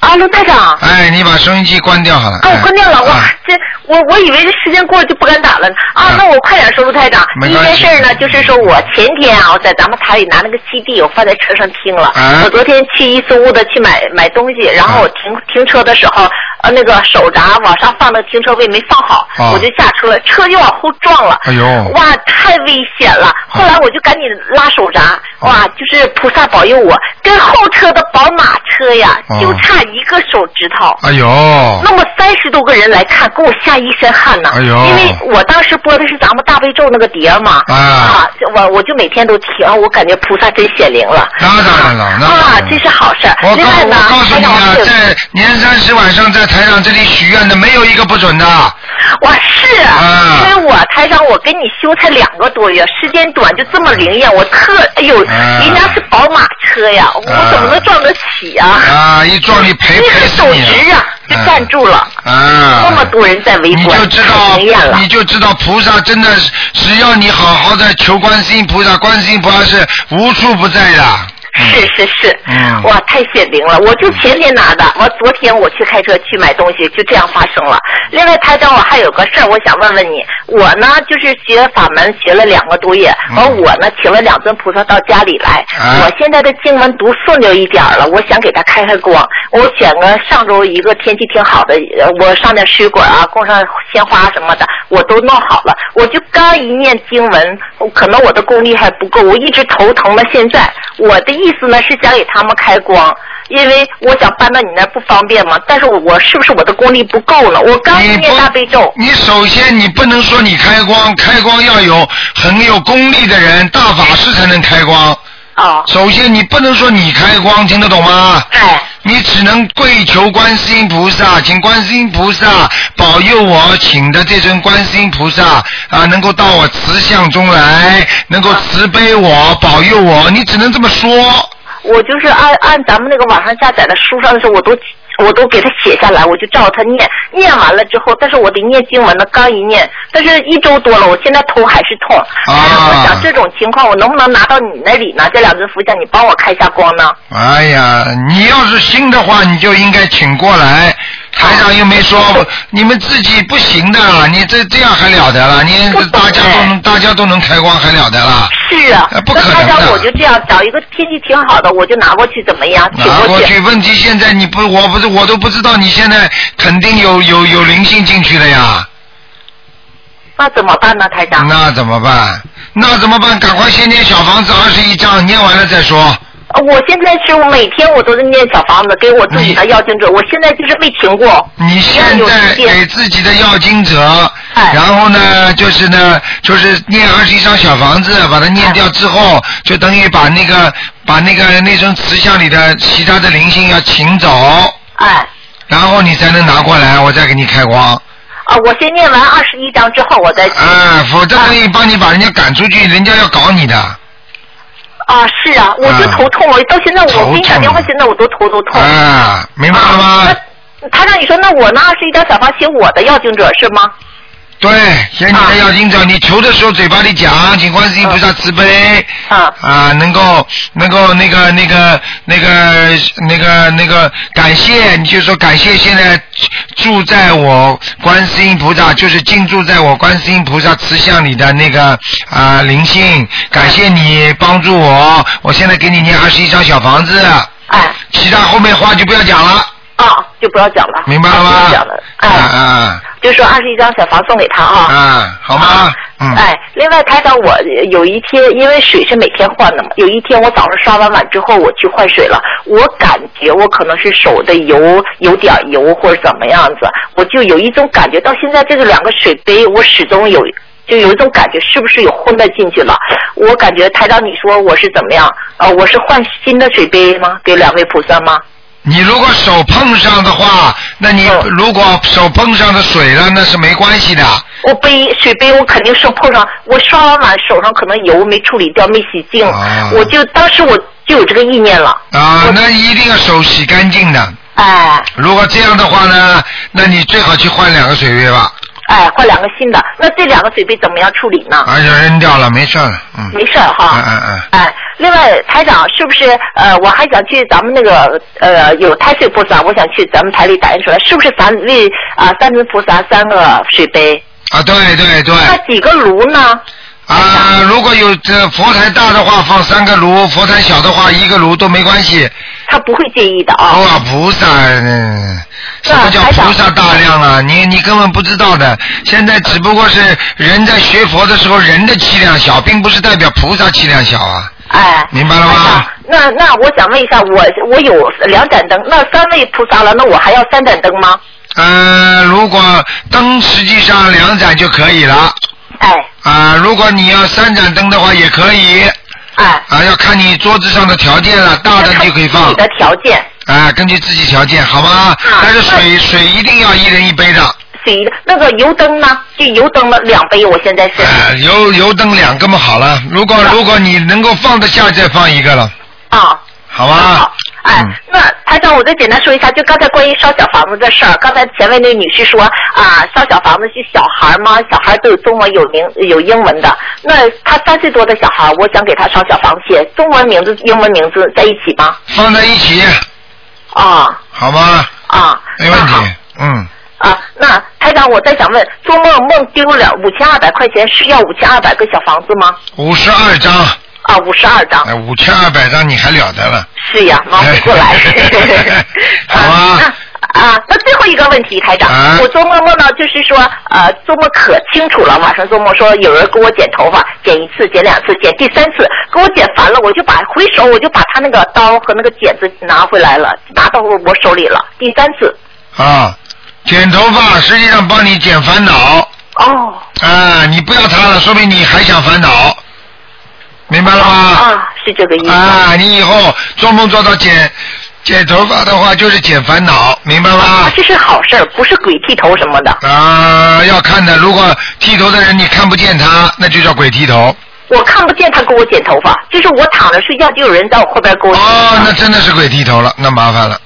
S9: 啊，卢台长，
S2: 哎，你把收音机关掉好了。
S9: 啊，我
S2: 哎
S9: 关掉了，我
S2: 啊
S9: 这我我以为这时间过了就不敢打了呢啊
S2: 嗯，
S9: 那我快点说，卢台长，
S2: 没
S9: 第一
S2: 关
S9: 件
S2: 系
S9: 事儿呢，就是说我前天啊，我在咱们台里拿那个 CD，我放在车上听了
S2: 啊，
S9: 我昨天去一苏屋的去买买东西，然后我停停车的时候。呃，那个手闸往上放的停车位没放好，
S2: 哦
S9: 我就下车了，车就往后撞了。
S2: 哎呦啊
S9: 哇，太危险了！后来我就赶紧拉手闸，哇，就是菩萨保佑我，跟后车的宝马车呀，
S2: 哦
S9: 就差一个手指头。
S2: 哎呦，
S9: 那么三十多个人来看，给我吓一身汗呐！
S2: 哎呦
S9: 因为我当时播的是咱们大悲咒那个碟嘛，
S2: 啊
S9: 我我就每天都听，啊我感觉菩萨真显灵了。
S2: 那当然了，那当
S9: 啊
S2: 然，了
S9: 这是好事儿。
S2: 我
S9: 另
S2: 告
S9: 外呢，
S2: 我告诉你啊
S9: 还有，
S2: 在年三十晚上在台长这里许愿的，没有一个不准的。
S9: 我是，
S2: 啊
S9: 因为我台上我跟你修才两个多月，时间短就这么灵验，我特哎呦，
S2: 啊
S9: 人家是宝马车呀，我怎么能撞得起啊？
S2: 啊，一撞你赔
S9: 那
S2: 赔
S9: 个
S2: 死
S9: 手
S2: 你嗯
S9: 指啊，就站住了，
S2: 啊！
S9: 那么多人在围
S2: 你
S9: 观，
S2: 就知道
S9: 太灵验了，。
S2: 你就知道菩萨真的是，只要你好好的求观世音菩萨，观世音菩萨是无处不在的。
S9: 是是是，
S2: 嗯
S9: 哇，太显灵了！我就前天拿的，我昨天我去开车去买东西，就这样发生了。另外，台长，我还有个事儿，我想问问你，我呢就是学法门学了两个多月，
S2: 嗯
S9: 而我呢请了两尊菩萨到家里来，
S2: 啊
S9: 我现在的经文读顺溜一点儿了，我想给他开开光。我选个上周一个天气挺好的，呃我上点水果啊，供上鲜花什么的，我都弄好了。我就刚一念经文，我可能我的功力还不够，我一直头疼到现在。我的意思呢是想给他们开光，因为我想搬到你那儿不方便嘛。但是我我是不是我的功力不够了？我刚一
S2: 你
S9: 念
S2: 不
S9: 大悲咒，
S2: 你首先你不能说你开光，开光要有很有功力的人，大法师才能开光。
S9: 啊，
S2: 首先你不能说你开光，听得懂吗？
S9: 哎，
S2: 你只能跪求观世音菩萨，请观世音菩萨保佑我请的这尊观世音菩萨啊，能够到我慈像中来，能
S9: 哦
S2: 够慈悲我，保佑我。你只能这么说。
S9: 我就是按按咱们那个网上下载的书上的时候，我都我都给他写下来，我就照他念，念完了之后，但是我得念经文呢，刚一念，但是一周多了，我现在头还是
S2: 啊
S9: 痛。但是我想这种情况，我能不能拿到你那里呢？这两尊佛像，你帮我开一下光呢？
S2: 哎呀，你要是新的话，你就应该请过来。台长又没说你们自己不行的，你这这样还了得了？你
S9: 不懂
S2: 大家都能
S9: 哎
S2: 大家都能开光还了得了？
S9: 是啊
S2: 呃，不
S9: 那
S2: 可能
S9: 台
S2: 的
S9: 长，我就这样找一个天气挺好的，我就拿过去，怎么样？请
S2: 拿过
S9: 去
S2: 去，啊问题现在你不，我不是我都不知道你现在肯定有有有灵性进去了呀，
S9: 那怎么办呢，台长？
S2: 那怎么办？那怎么办？赶快先念小房子二十一章，念完了再说。
S9: 呃我现在是我每天我都在念小房子，给我自己的
S2: 你
S9: 要经者，我现在就是没停过。
S2: 你现
S9: 有
S2: 在
S9: 时间
S2: 给自己的要经者，
S9: 哎
S2: 然后呢，就是呢，就是念二十一张小房子，把它念掉之后，就等于把那个把那个那尊慈像里的其他的灵性要请走，
S9: 哎。
S2: 然后你才能拿过来，我再给你开光。
S9: 啊，我先念完二十一章
S2: 啊
S9: 之后，我再去。
S2: 哎，否则等于帮你把人家赶出去，人家要搞你的。
S9: 哦、啊，是啊，我就头痛了，到现在我
S2: 头
S9: 给你打
S2: 痛
S9: 电话，现在我都头都痛。
S2: 啊，明白了吗？
S9: 那他让你说，那我拿二十一张小房写我的要经者是吗？
S2: 对，写你
S9: 啊
S2: 的要经者，你求的时候嘴巴里讲，请观世音菩萨慈悲，
S9: 啊
S2: 啊，能够能够那个那个那个那个那个感谢，你就说感谢现在住在我观世音菩萨，就是进驻在我观世音菩萨慈像里的那个啊灵性，感谢你帮助我，我现在给你念二十一张小房子，
S9: 哎，
S2: 其他后面话就不要讲了，
S9: 啊，就不要讲了，
S2: 明白了
S9: 啊
S2: 吗？
S9: 不要讲了，
S2: 啊啊
S9: 就说二十一张小房送给他啊。
S2: 啊，好吗？嗯
S9: 哎，另外台长，我呃有一天因为水是每天换的嘛，有一天我早上刷完碗之后我去换水了，我感觉我可能是手的油有点儿油或者怎么样子，我就有一种感觉，到现在这个两个水杯我始终有就有一种感觉，是不是有混的进去了？我感觉台长你说我是怎么样？呃，我是换新的水杯吗？给两位菩萨吗？
S2: 你如果手碰上的话，那你如果手碰上的水了，那是没关系的。
S9: 我杯水杯我肯定是碰上，我刷完碗手上可能油没处理掉，没洗净，我就当时我就有这个意念了。
S2: 啊，那一定要手洗干净的。
S9: 哎。
S2: 如果这样的话呢，那你最好去换两个水杯吧，
S9: 哎，换两个新的。那这两个水杯怎么样处理呢？
S2: 而且啊扔掉了没事儿了，嗯。
S9: 没事儿哈。
S2: 嗯嗯嗯。
S9: 哎，另外台长是不是呃，我还想去咱们那个呃有太岁菩萨，我想去咱们台里打印出来，是不是咱为啊、三尊菩萨三个水杯？
S2: 啊，对对对。
S9: 那几个炉呢？
S2: 啊，如果有这佛台大的话，放三个炉；佛台小的话，一个炉都没关系。
S9: 他不会介意的啊。
S2: 哇，菩萨，嗯什么叫菩萨大量啊？你你根本不知道的。现在只不过是人在学佛的时候，人的气量小，并不是代表菩萨气量小啊。
S9: 哎，
S2: 明白了吗？
S9: 那那我想问一下，我我有两盏灯，那三位菩萨了，那我还要三盏灯吗？
S2: 呃，如果灯实际上两盏就可以了。
S9: 哎。
S2: 啊，如果你要三盏灯的话，也可以。
S9: 哎。
S2: 啊，要看你桌子上的条件了，大的就可以放。你
S9: 的条件。啊嗯
S2: 啊，根据自己条件，好吗？但是水水一定要一人一杯的。啊
S9: 水那个油灯呢？就油灯了两杯，我现在是。
S2: 呃油油灯两个嘛好了，如果
S9: 嗯
S2: 如果你能够放得下，再放一个了，
S9: 啊，
S2: 好吧？
S9: 那台长，我再简单说一下，就刚才关于烧小房子的事儿。刚才前面那女士说啊，烧小房子是小孩吗？小孩都有中文有名有英文的。那他三岁多的小孩，我想给他烧小房子，写中文名字、英文名字在一起吗？
S2: 放在一起，
S9: 啊
S2: 好吗？
S9: 啊
S2: 没问题，嗯，
S9: 啊！那台长，我再想问，做梦梦丢了五千二百块钱，是要五千二百个小房子吗？
S2: 五十二张，
S9: 啊，五十二张。
S2: 哎，五千二百张你还了得了？
S9: 是呀，忙不 过来。
S2: 哎 好啊，
S9: 啊，那最后一个问题，台长，我做梦梦到就是说，呃，做梦可清楚了，晚上做梦说有人给我剪头发，剪一次，剪两次，剪第三次，给我剪烦了，我就把回手，我就把他那个刀和那个剪子拿回来了，拿到我我手里了，第三次。
S2: 啊，剪头发实际上帮你减烦恼。
S9: 哦。
S2: 啊，你不要它了，说明你还想烦恼，明白了吗？
S9: 啊，是这个意思。
S2: 啊，你以后做梦做到剪剪头发的话，就是减烦恼，明白吗？
S9: 哦这是好事，不是鬼剃头什么的。
S2: 啊，要看的，如果剃头的人你看不见他，那就叫鬼剃头。
S9: 我看不见他给我剪头发，就是我躺着睡觉，就有人在我后边给我剪
S2: 哦，那真的是鬼剃头了，那麻烦了。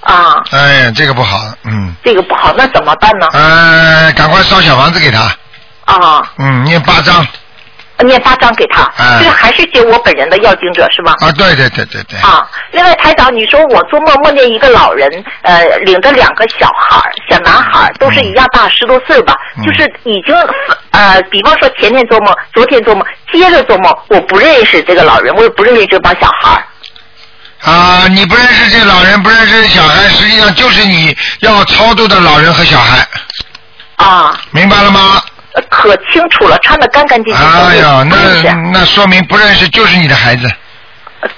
S9: 啊，
S2: 哎，这个不好，嗯。
S9: 这个不好，那怎么办呢？
S2: 呃，赶快烧小房子给他，
S9: 啊，
S2: 嗯，念八章。
S9: 念八张给他，
S2: 哎
S9: 这个还是啊写我本人的要经者是吗？
S2: 啊，对对对对对，
S9: 啊，另外台长，你说我做梦梦见一个老人，呃，领着两个小孩儿，小男孩儿，
S2: 嗯
S9: 都是一样大，十多岁吧，就是已经呃，比方说前天做梦，昨天做梦，接着做梦，我不认识这个老人，我也不认识这帮小孩儿。
S2: 啊，你不认识这老人，不认识这小孩，实际上就是你要超度的老人和小孩，
S9: 啊，
S2: 明白了吗？
S9: 呃可清楚了，穿的干干净净的。
S2: 哎呀，那那说明不认识就是你的孩子，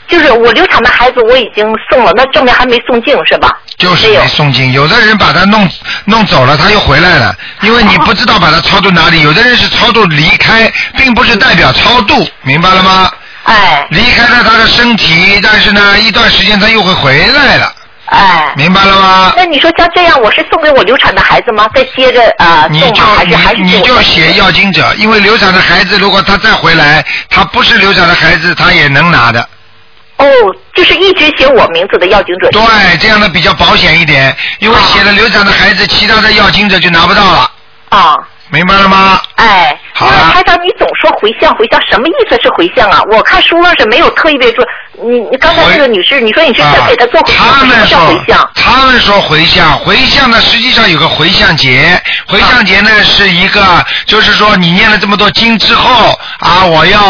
S9: 就是我流产的孩子我已经送了，那证明还没送净是吧？
S2: 就是没送进。有的人把他弄弄走了，他又回来了，因为你不知道把他超度哪里。有的人是超度离开，并不是代表超度，明白了吗？
S9: 哎。
S2: 离开了他的身体，但是呢，一段时间他又会回来了。
S9: 哎，
S2: 明白了吗？
S9: 那你说像这样，我是送给我流产的孩子吗？再接着啊、呃、
S2: 你
S9: 送
S2: 就
S9: 吗？还是还是
S2: 你你就写要经者，因为流产的孩子，如果他再回来，他不是流产的孩子，他也能拿的。
S9: 哦，就是一直写我名字的要经者。
S2: 对，这样的比较保险一点，因为写了流产的孩子，其他的要经者就拿不到了。
S9: 啊。
S2: 明白了吗？
S9: 哎，
S2: 好啊了
S9: 那台长，你总说回向回向，什么意思是回向啊？我看书上是没有特意备注。你你刚才这个女士，你说你是
S2: 啊
S9: 想给她做回向，
S2: 他
S9: 什么
S2: 们
S9: 叫
S2: 说
S9: 回向？
S2: 他们说回向，回向呢实际上有个回向节，回向节呢是一个，就是说你念了这么多经之后啊，我要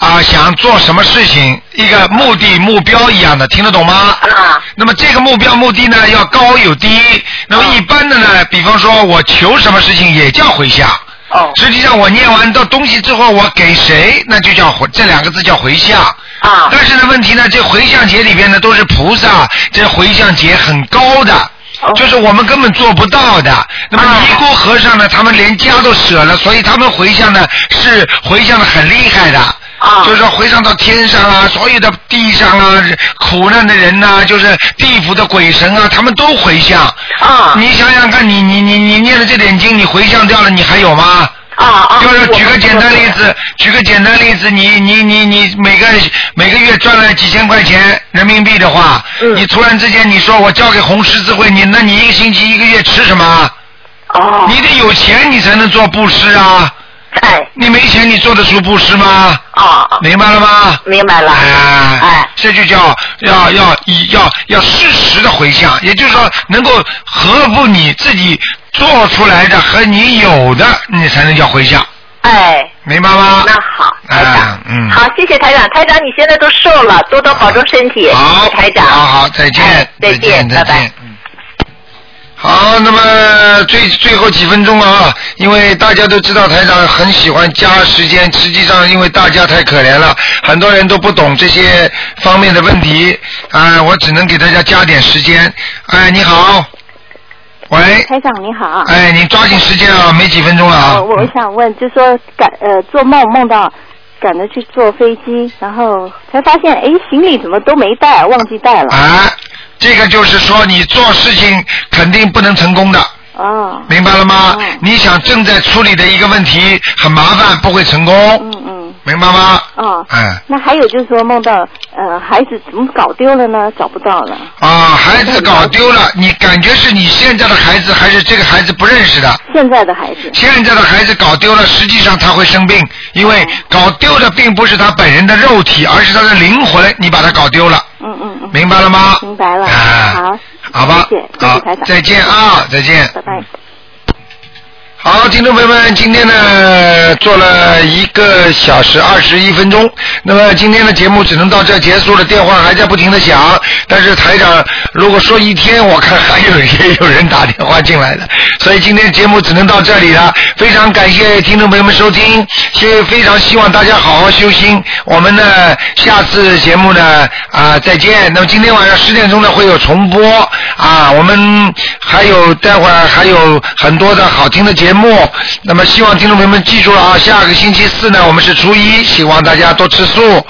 S2: 啊想做什么事情，一个目的目标一样的，听得懂吗？
S9: 啊。
S2: 那么这个目标目的呢要高有低，那么
S9: 啊
S2: 一般的呢，比方说我求什么事情也叫回向。
S9: 哦。
S2: 实际上我念完的东西之后，我给谁，那就叫回，这两个字叫回向。
S9: 啊。
S2: 但是呢，问题呢，这回向节里边呢都是菩萨，这回向节很高的。
S9: 哦
S2: 就是我们根本做不到的。那
S9: 啊
S2: 么尼姑和尚呢，他们连家都舍了，所以他们回向呢是回向的很厉害的。
S9: 啊
S2: 就是说回向到天上啊，所有的地上啊，苦难的人呐、就是地府的鬼神啊，他们都回向。
S9: 啊
S2: 你想想看，你你你你念了这点经，你回向掉了，你还有吗？
S9: 啊啊！
S2: 就是举个简单例
S9: 我，
S2: 子，举个简单例子，你你你你每个每个月赚了几千块钱人民币的话，
S9: 嗯
S2: 你突然之间你说我交给红十字会，你那你一个星期一个月吃什么啊？
S9: 哦，
S2: 你得有钱你才能做布施啊，
S9: 哎，
S2: 你没钱你做得出布施吗？
S9: 啊，
S2: 明白了吗？
S9: 明白了，
S2: 哎，
S9: 哎，
S2: 这就叫要要以要要适时的回向，也就是说能够合乎你自己做出来的和你有的，你才能叫回向，
S9: 哎，
S2: 明白吗？
S9: 那好，台
S2: 啊
S9: 长，，
S2: 嗯，
S9: 好，谢谢台长，台长你现在都瘦了，多多保重身体，谢
S2: 好，
S9: 谢台长，
S2: 好好，再见，
S9: 哎再
S2: 再见，
S9: 见拜拜
S2: 再见嗯好，那么最最后几分钟了啊，因为大家都知道台长很喜欢加时间，实际上因为大家太可怜了，很多人都不懂这些方面的问题，啊、我只能给大家加点时间。哎，你好，喂，
S5: 台长你好，
S2: 哎，你抓紧时间啊，没几分钟了啊
S5: 呃，。我我想问，就说赶呃做梦梦到赶着去坐飞机，然后才发现哎行李怎么都没带，忘记带了。
S2: 啊，这个就是说你做事情肯定不能成功的。
S5: 哦，
S2: 明白了吗？你想正在处理的一个问题很麻烦，不会成功，
S5: 嗯嗯，
S2: 明白吗？
S8: 啊
S5: 哦，
S2: 嗯
S5: 那还有就是说梦到呃孩子怎么搞丢了呢？找不到了，
S2: 啊，孩子搞丢了，你感觉是你现在的孩子还是这个孩子不认识的？
S5: 现在的孩子
S2: 现在的孩子搞丢了，实际上他会生病，因为
S5: 哦
S2: 搞丢的并不是他本人的肉体，而是他的灵魂，你把他搞丢了，
S5: 嗯嗯嗯，
S2: 明白了吗？
S5: 明白了，
S2: 啊
S5: 好，
S2: 好吧
S5: 谢谢，，谢
S2: 好
S5: 谢台长，，
S2: 再见啊，再见。
S5: 拜拜。
S2: 好，听众朋友们，今天呢做了一个小时二十一分钟，那么今天的节目只能到这儿结束了，电话还在不停的响，但是台长如果说一天，我看还有也有人打电话进来的，所以今天节目只能到这里了，非常感谢听众朋友们收听，也非常希望大家好好修心，我们呢下次节目呢啊、再见，那么今天晚上十点钟呢会有重播啊，我们还有待会儿还有很多的好听的节目，那么希望听众朋友们记住了啊，下个星期四呢我们是初一，希望大家多吃素。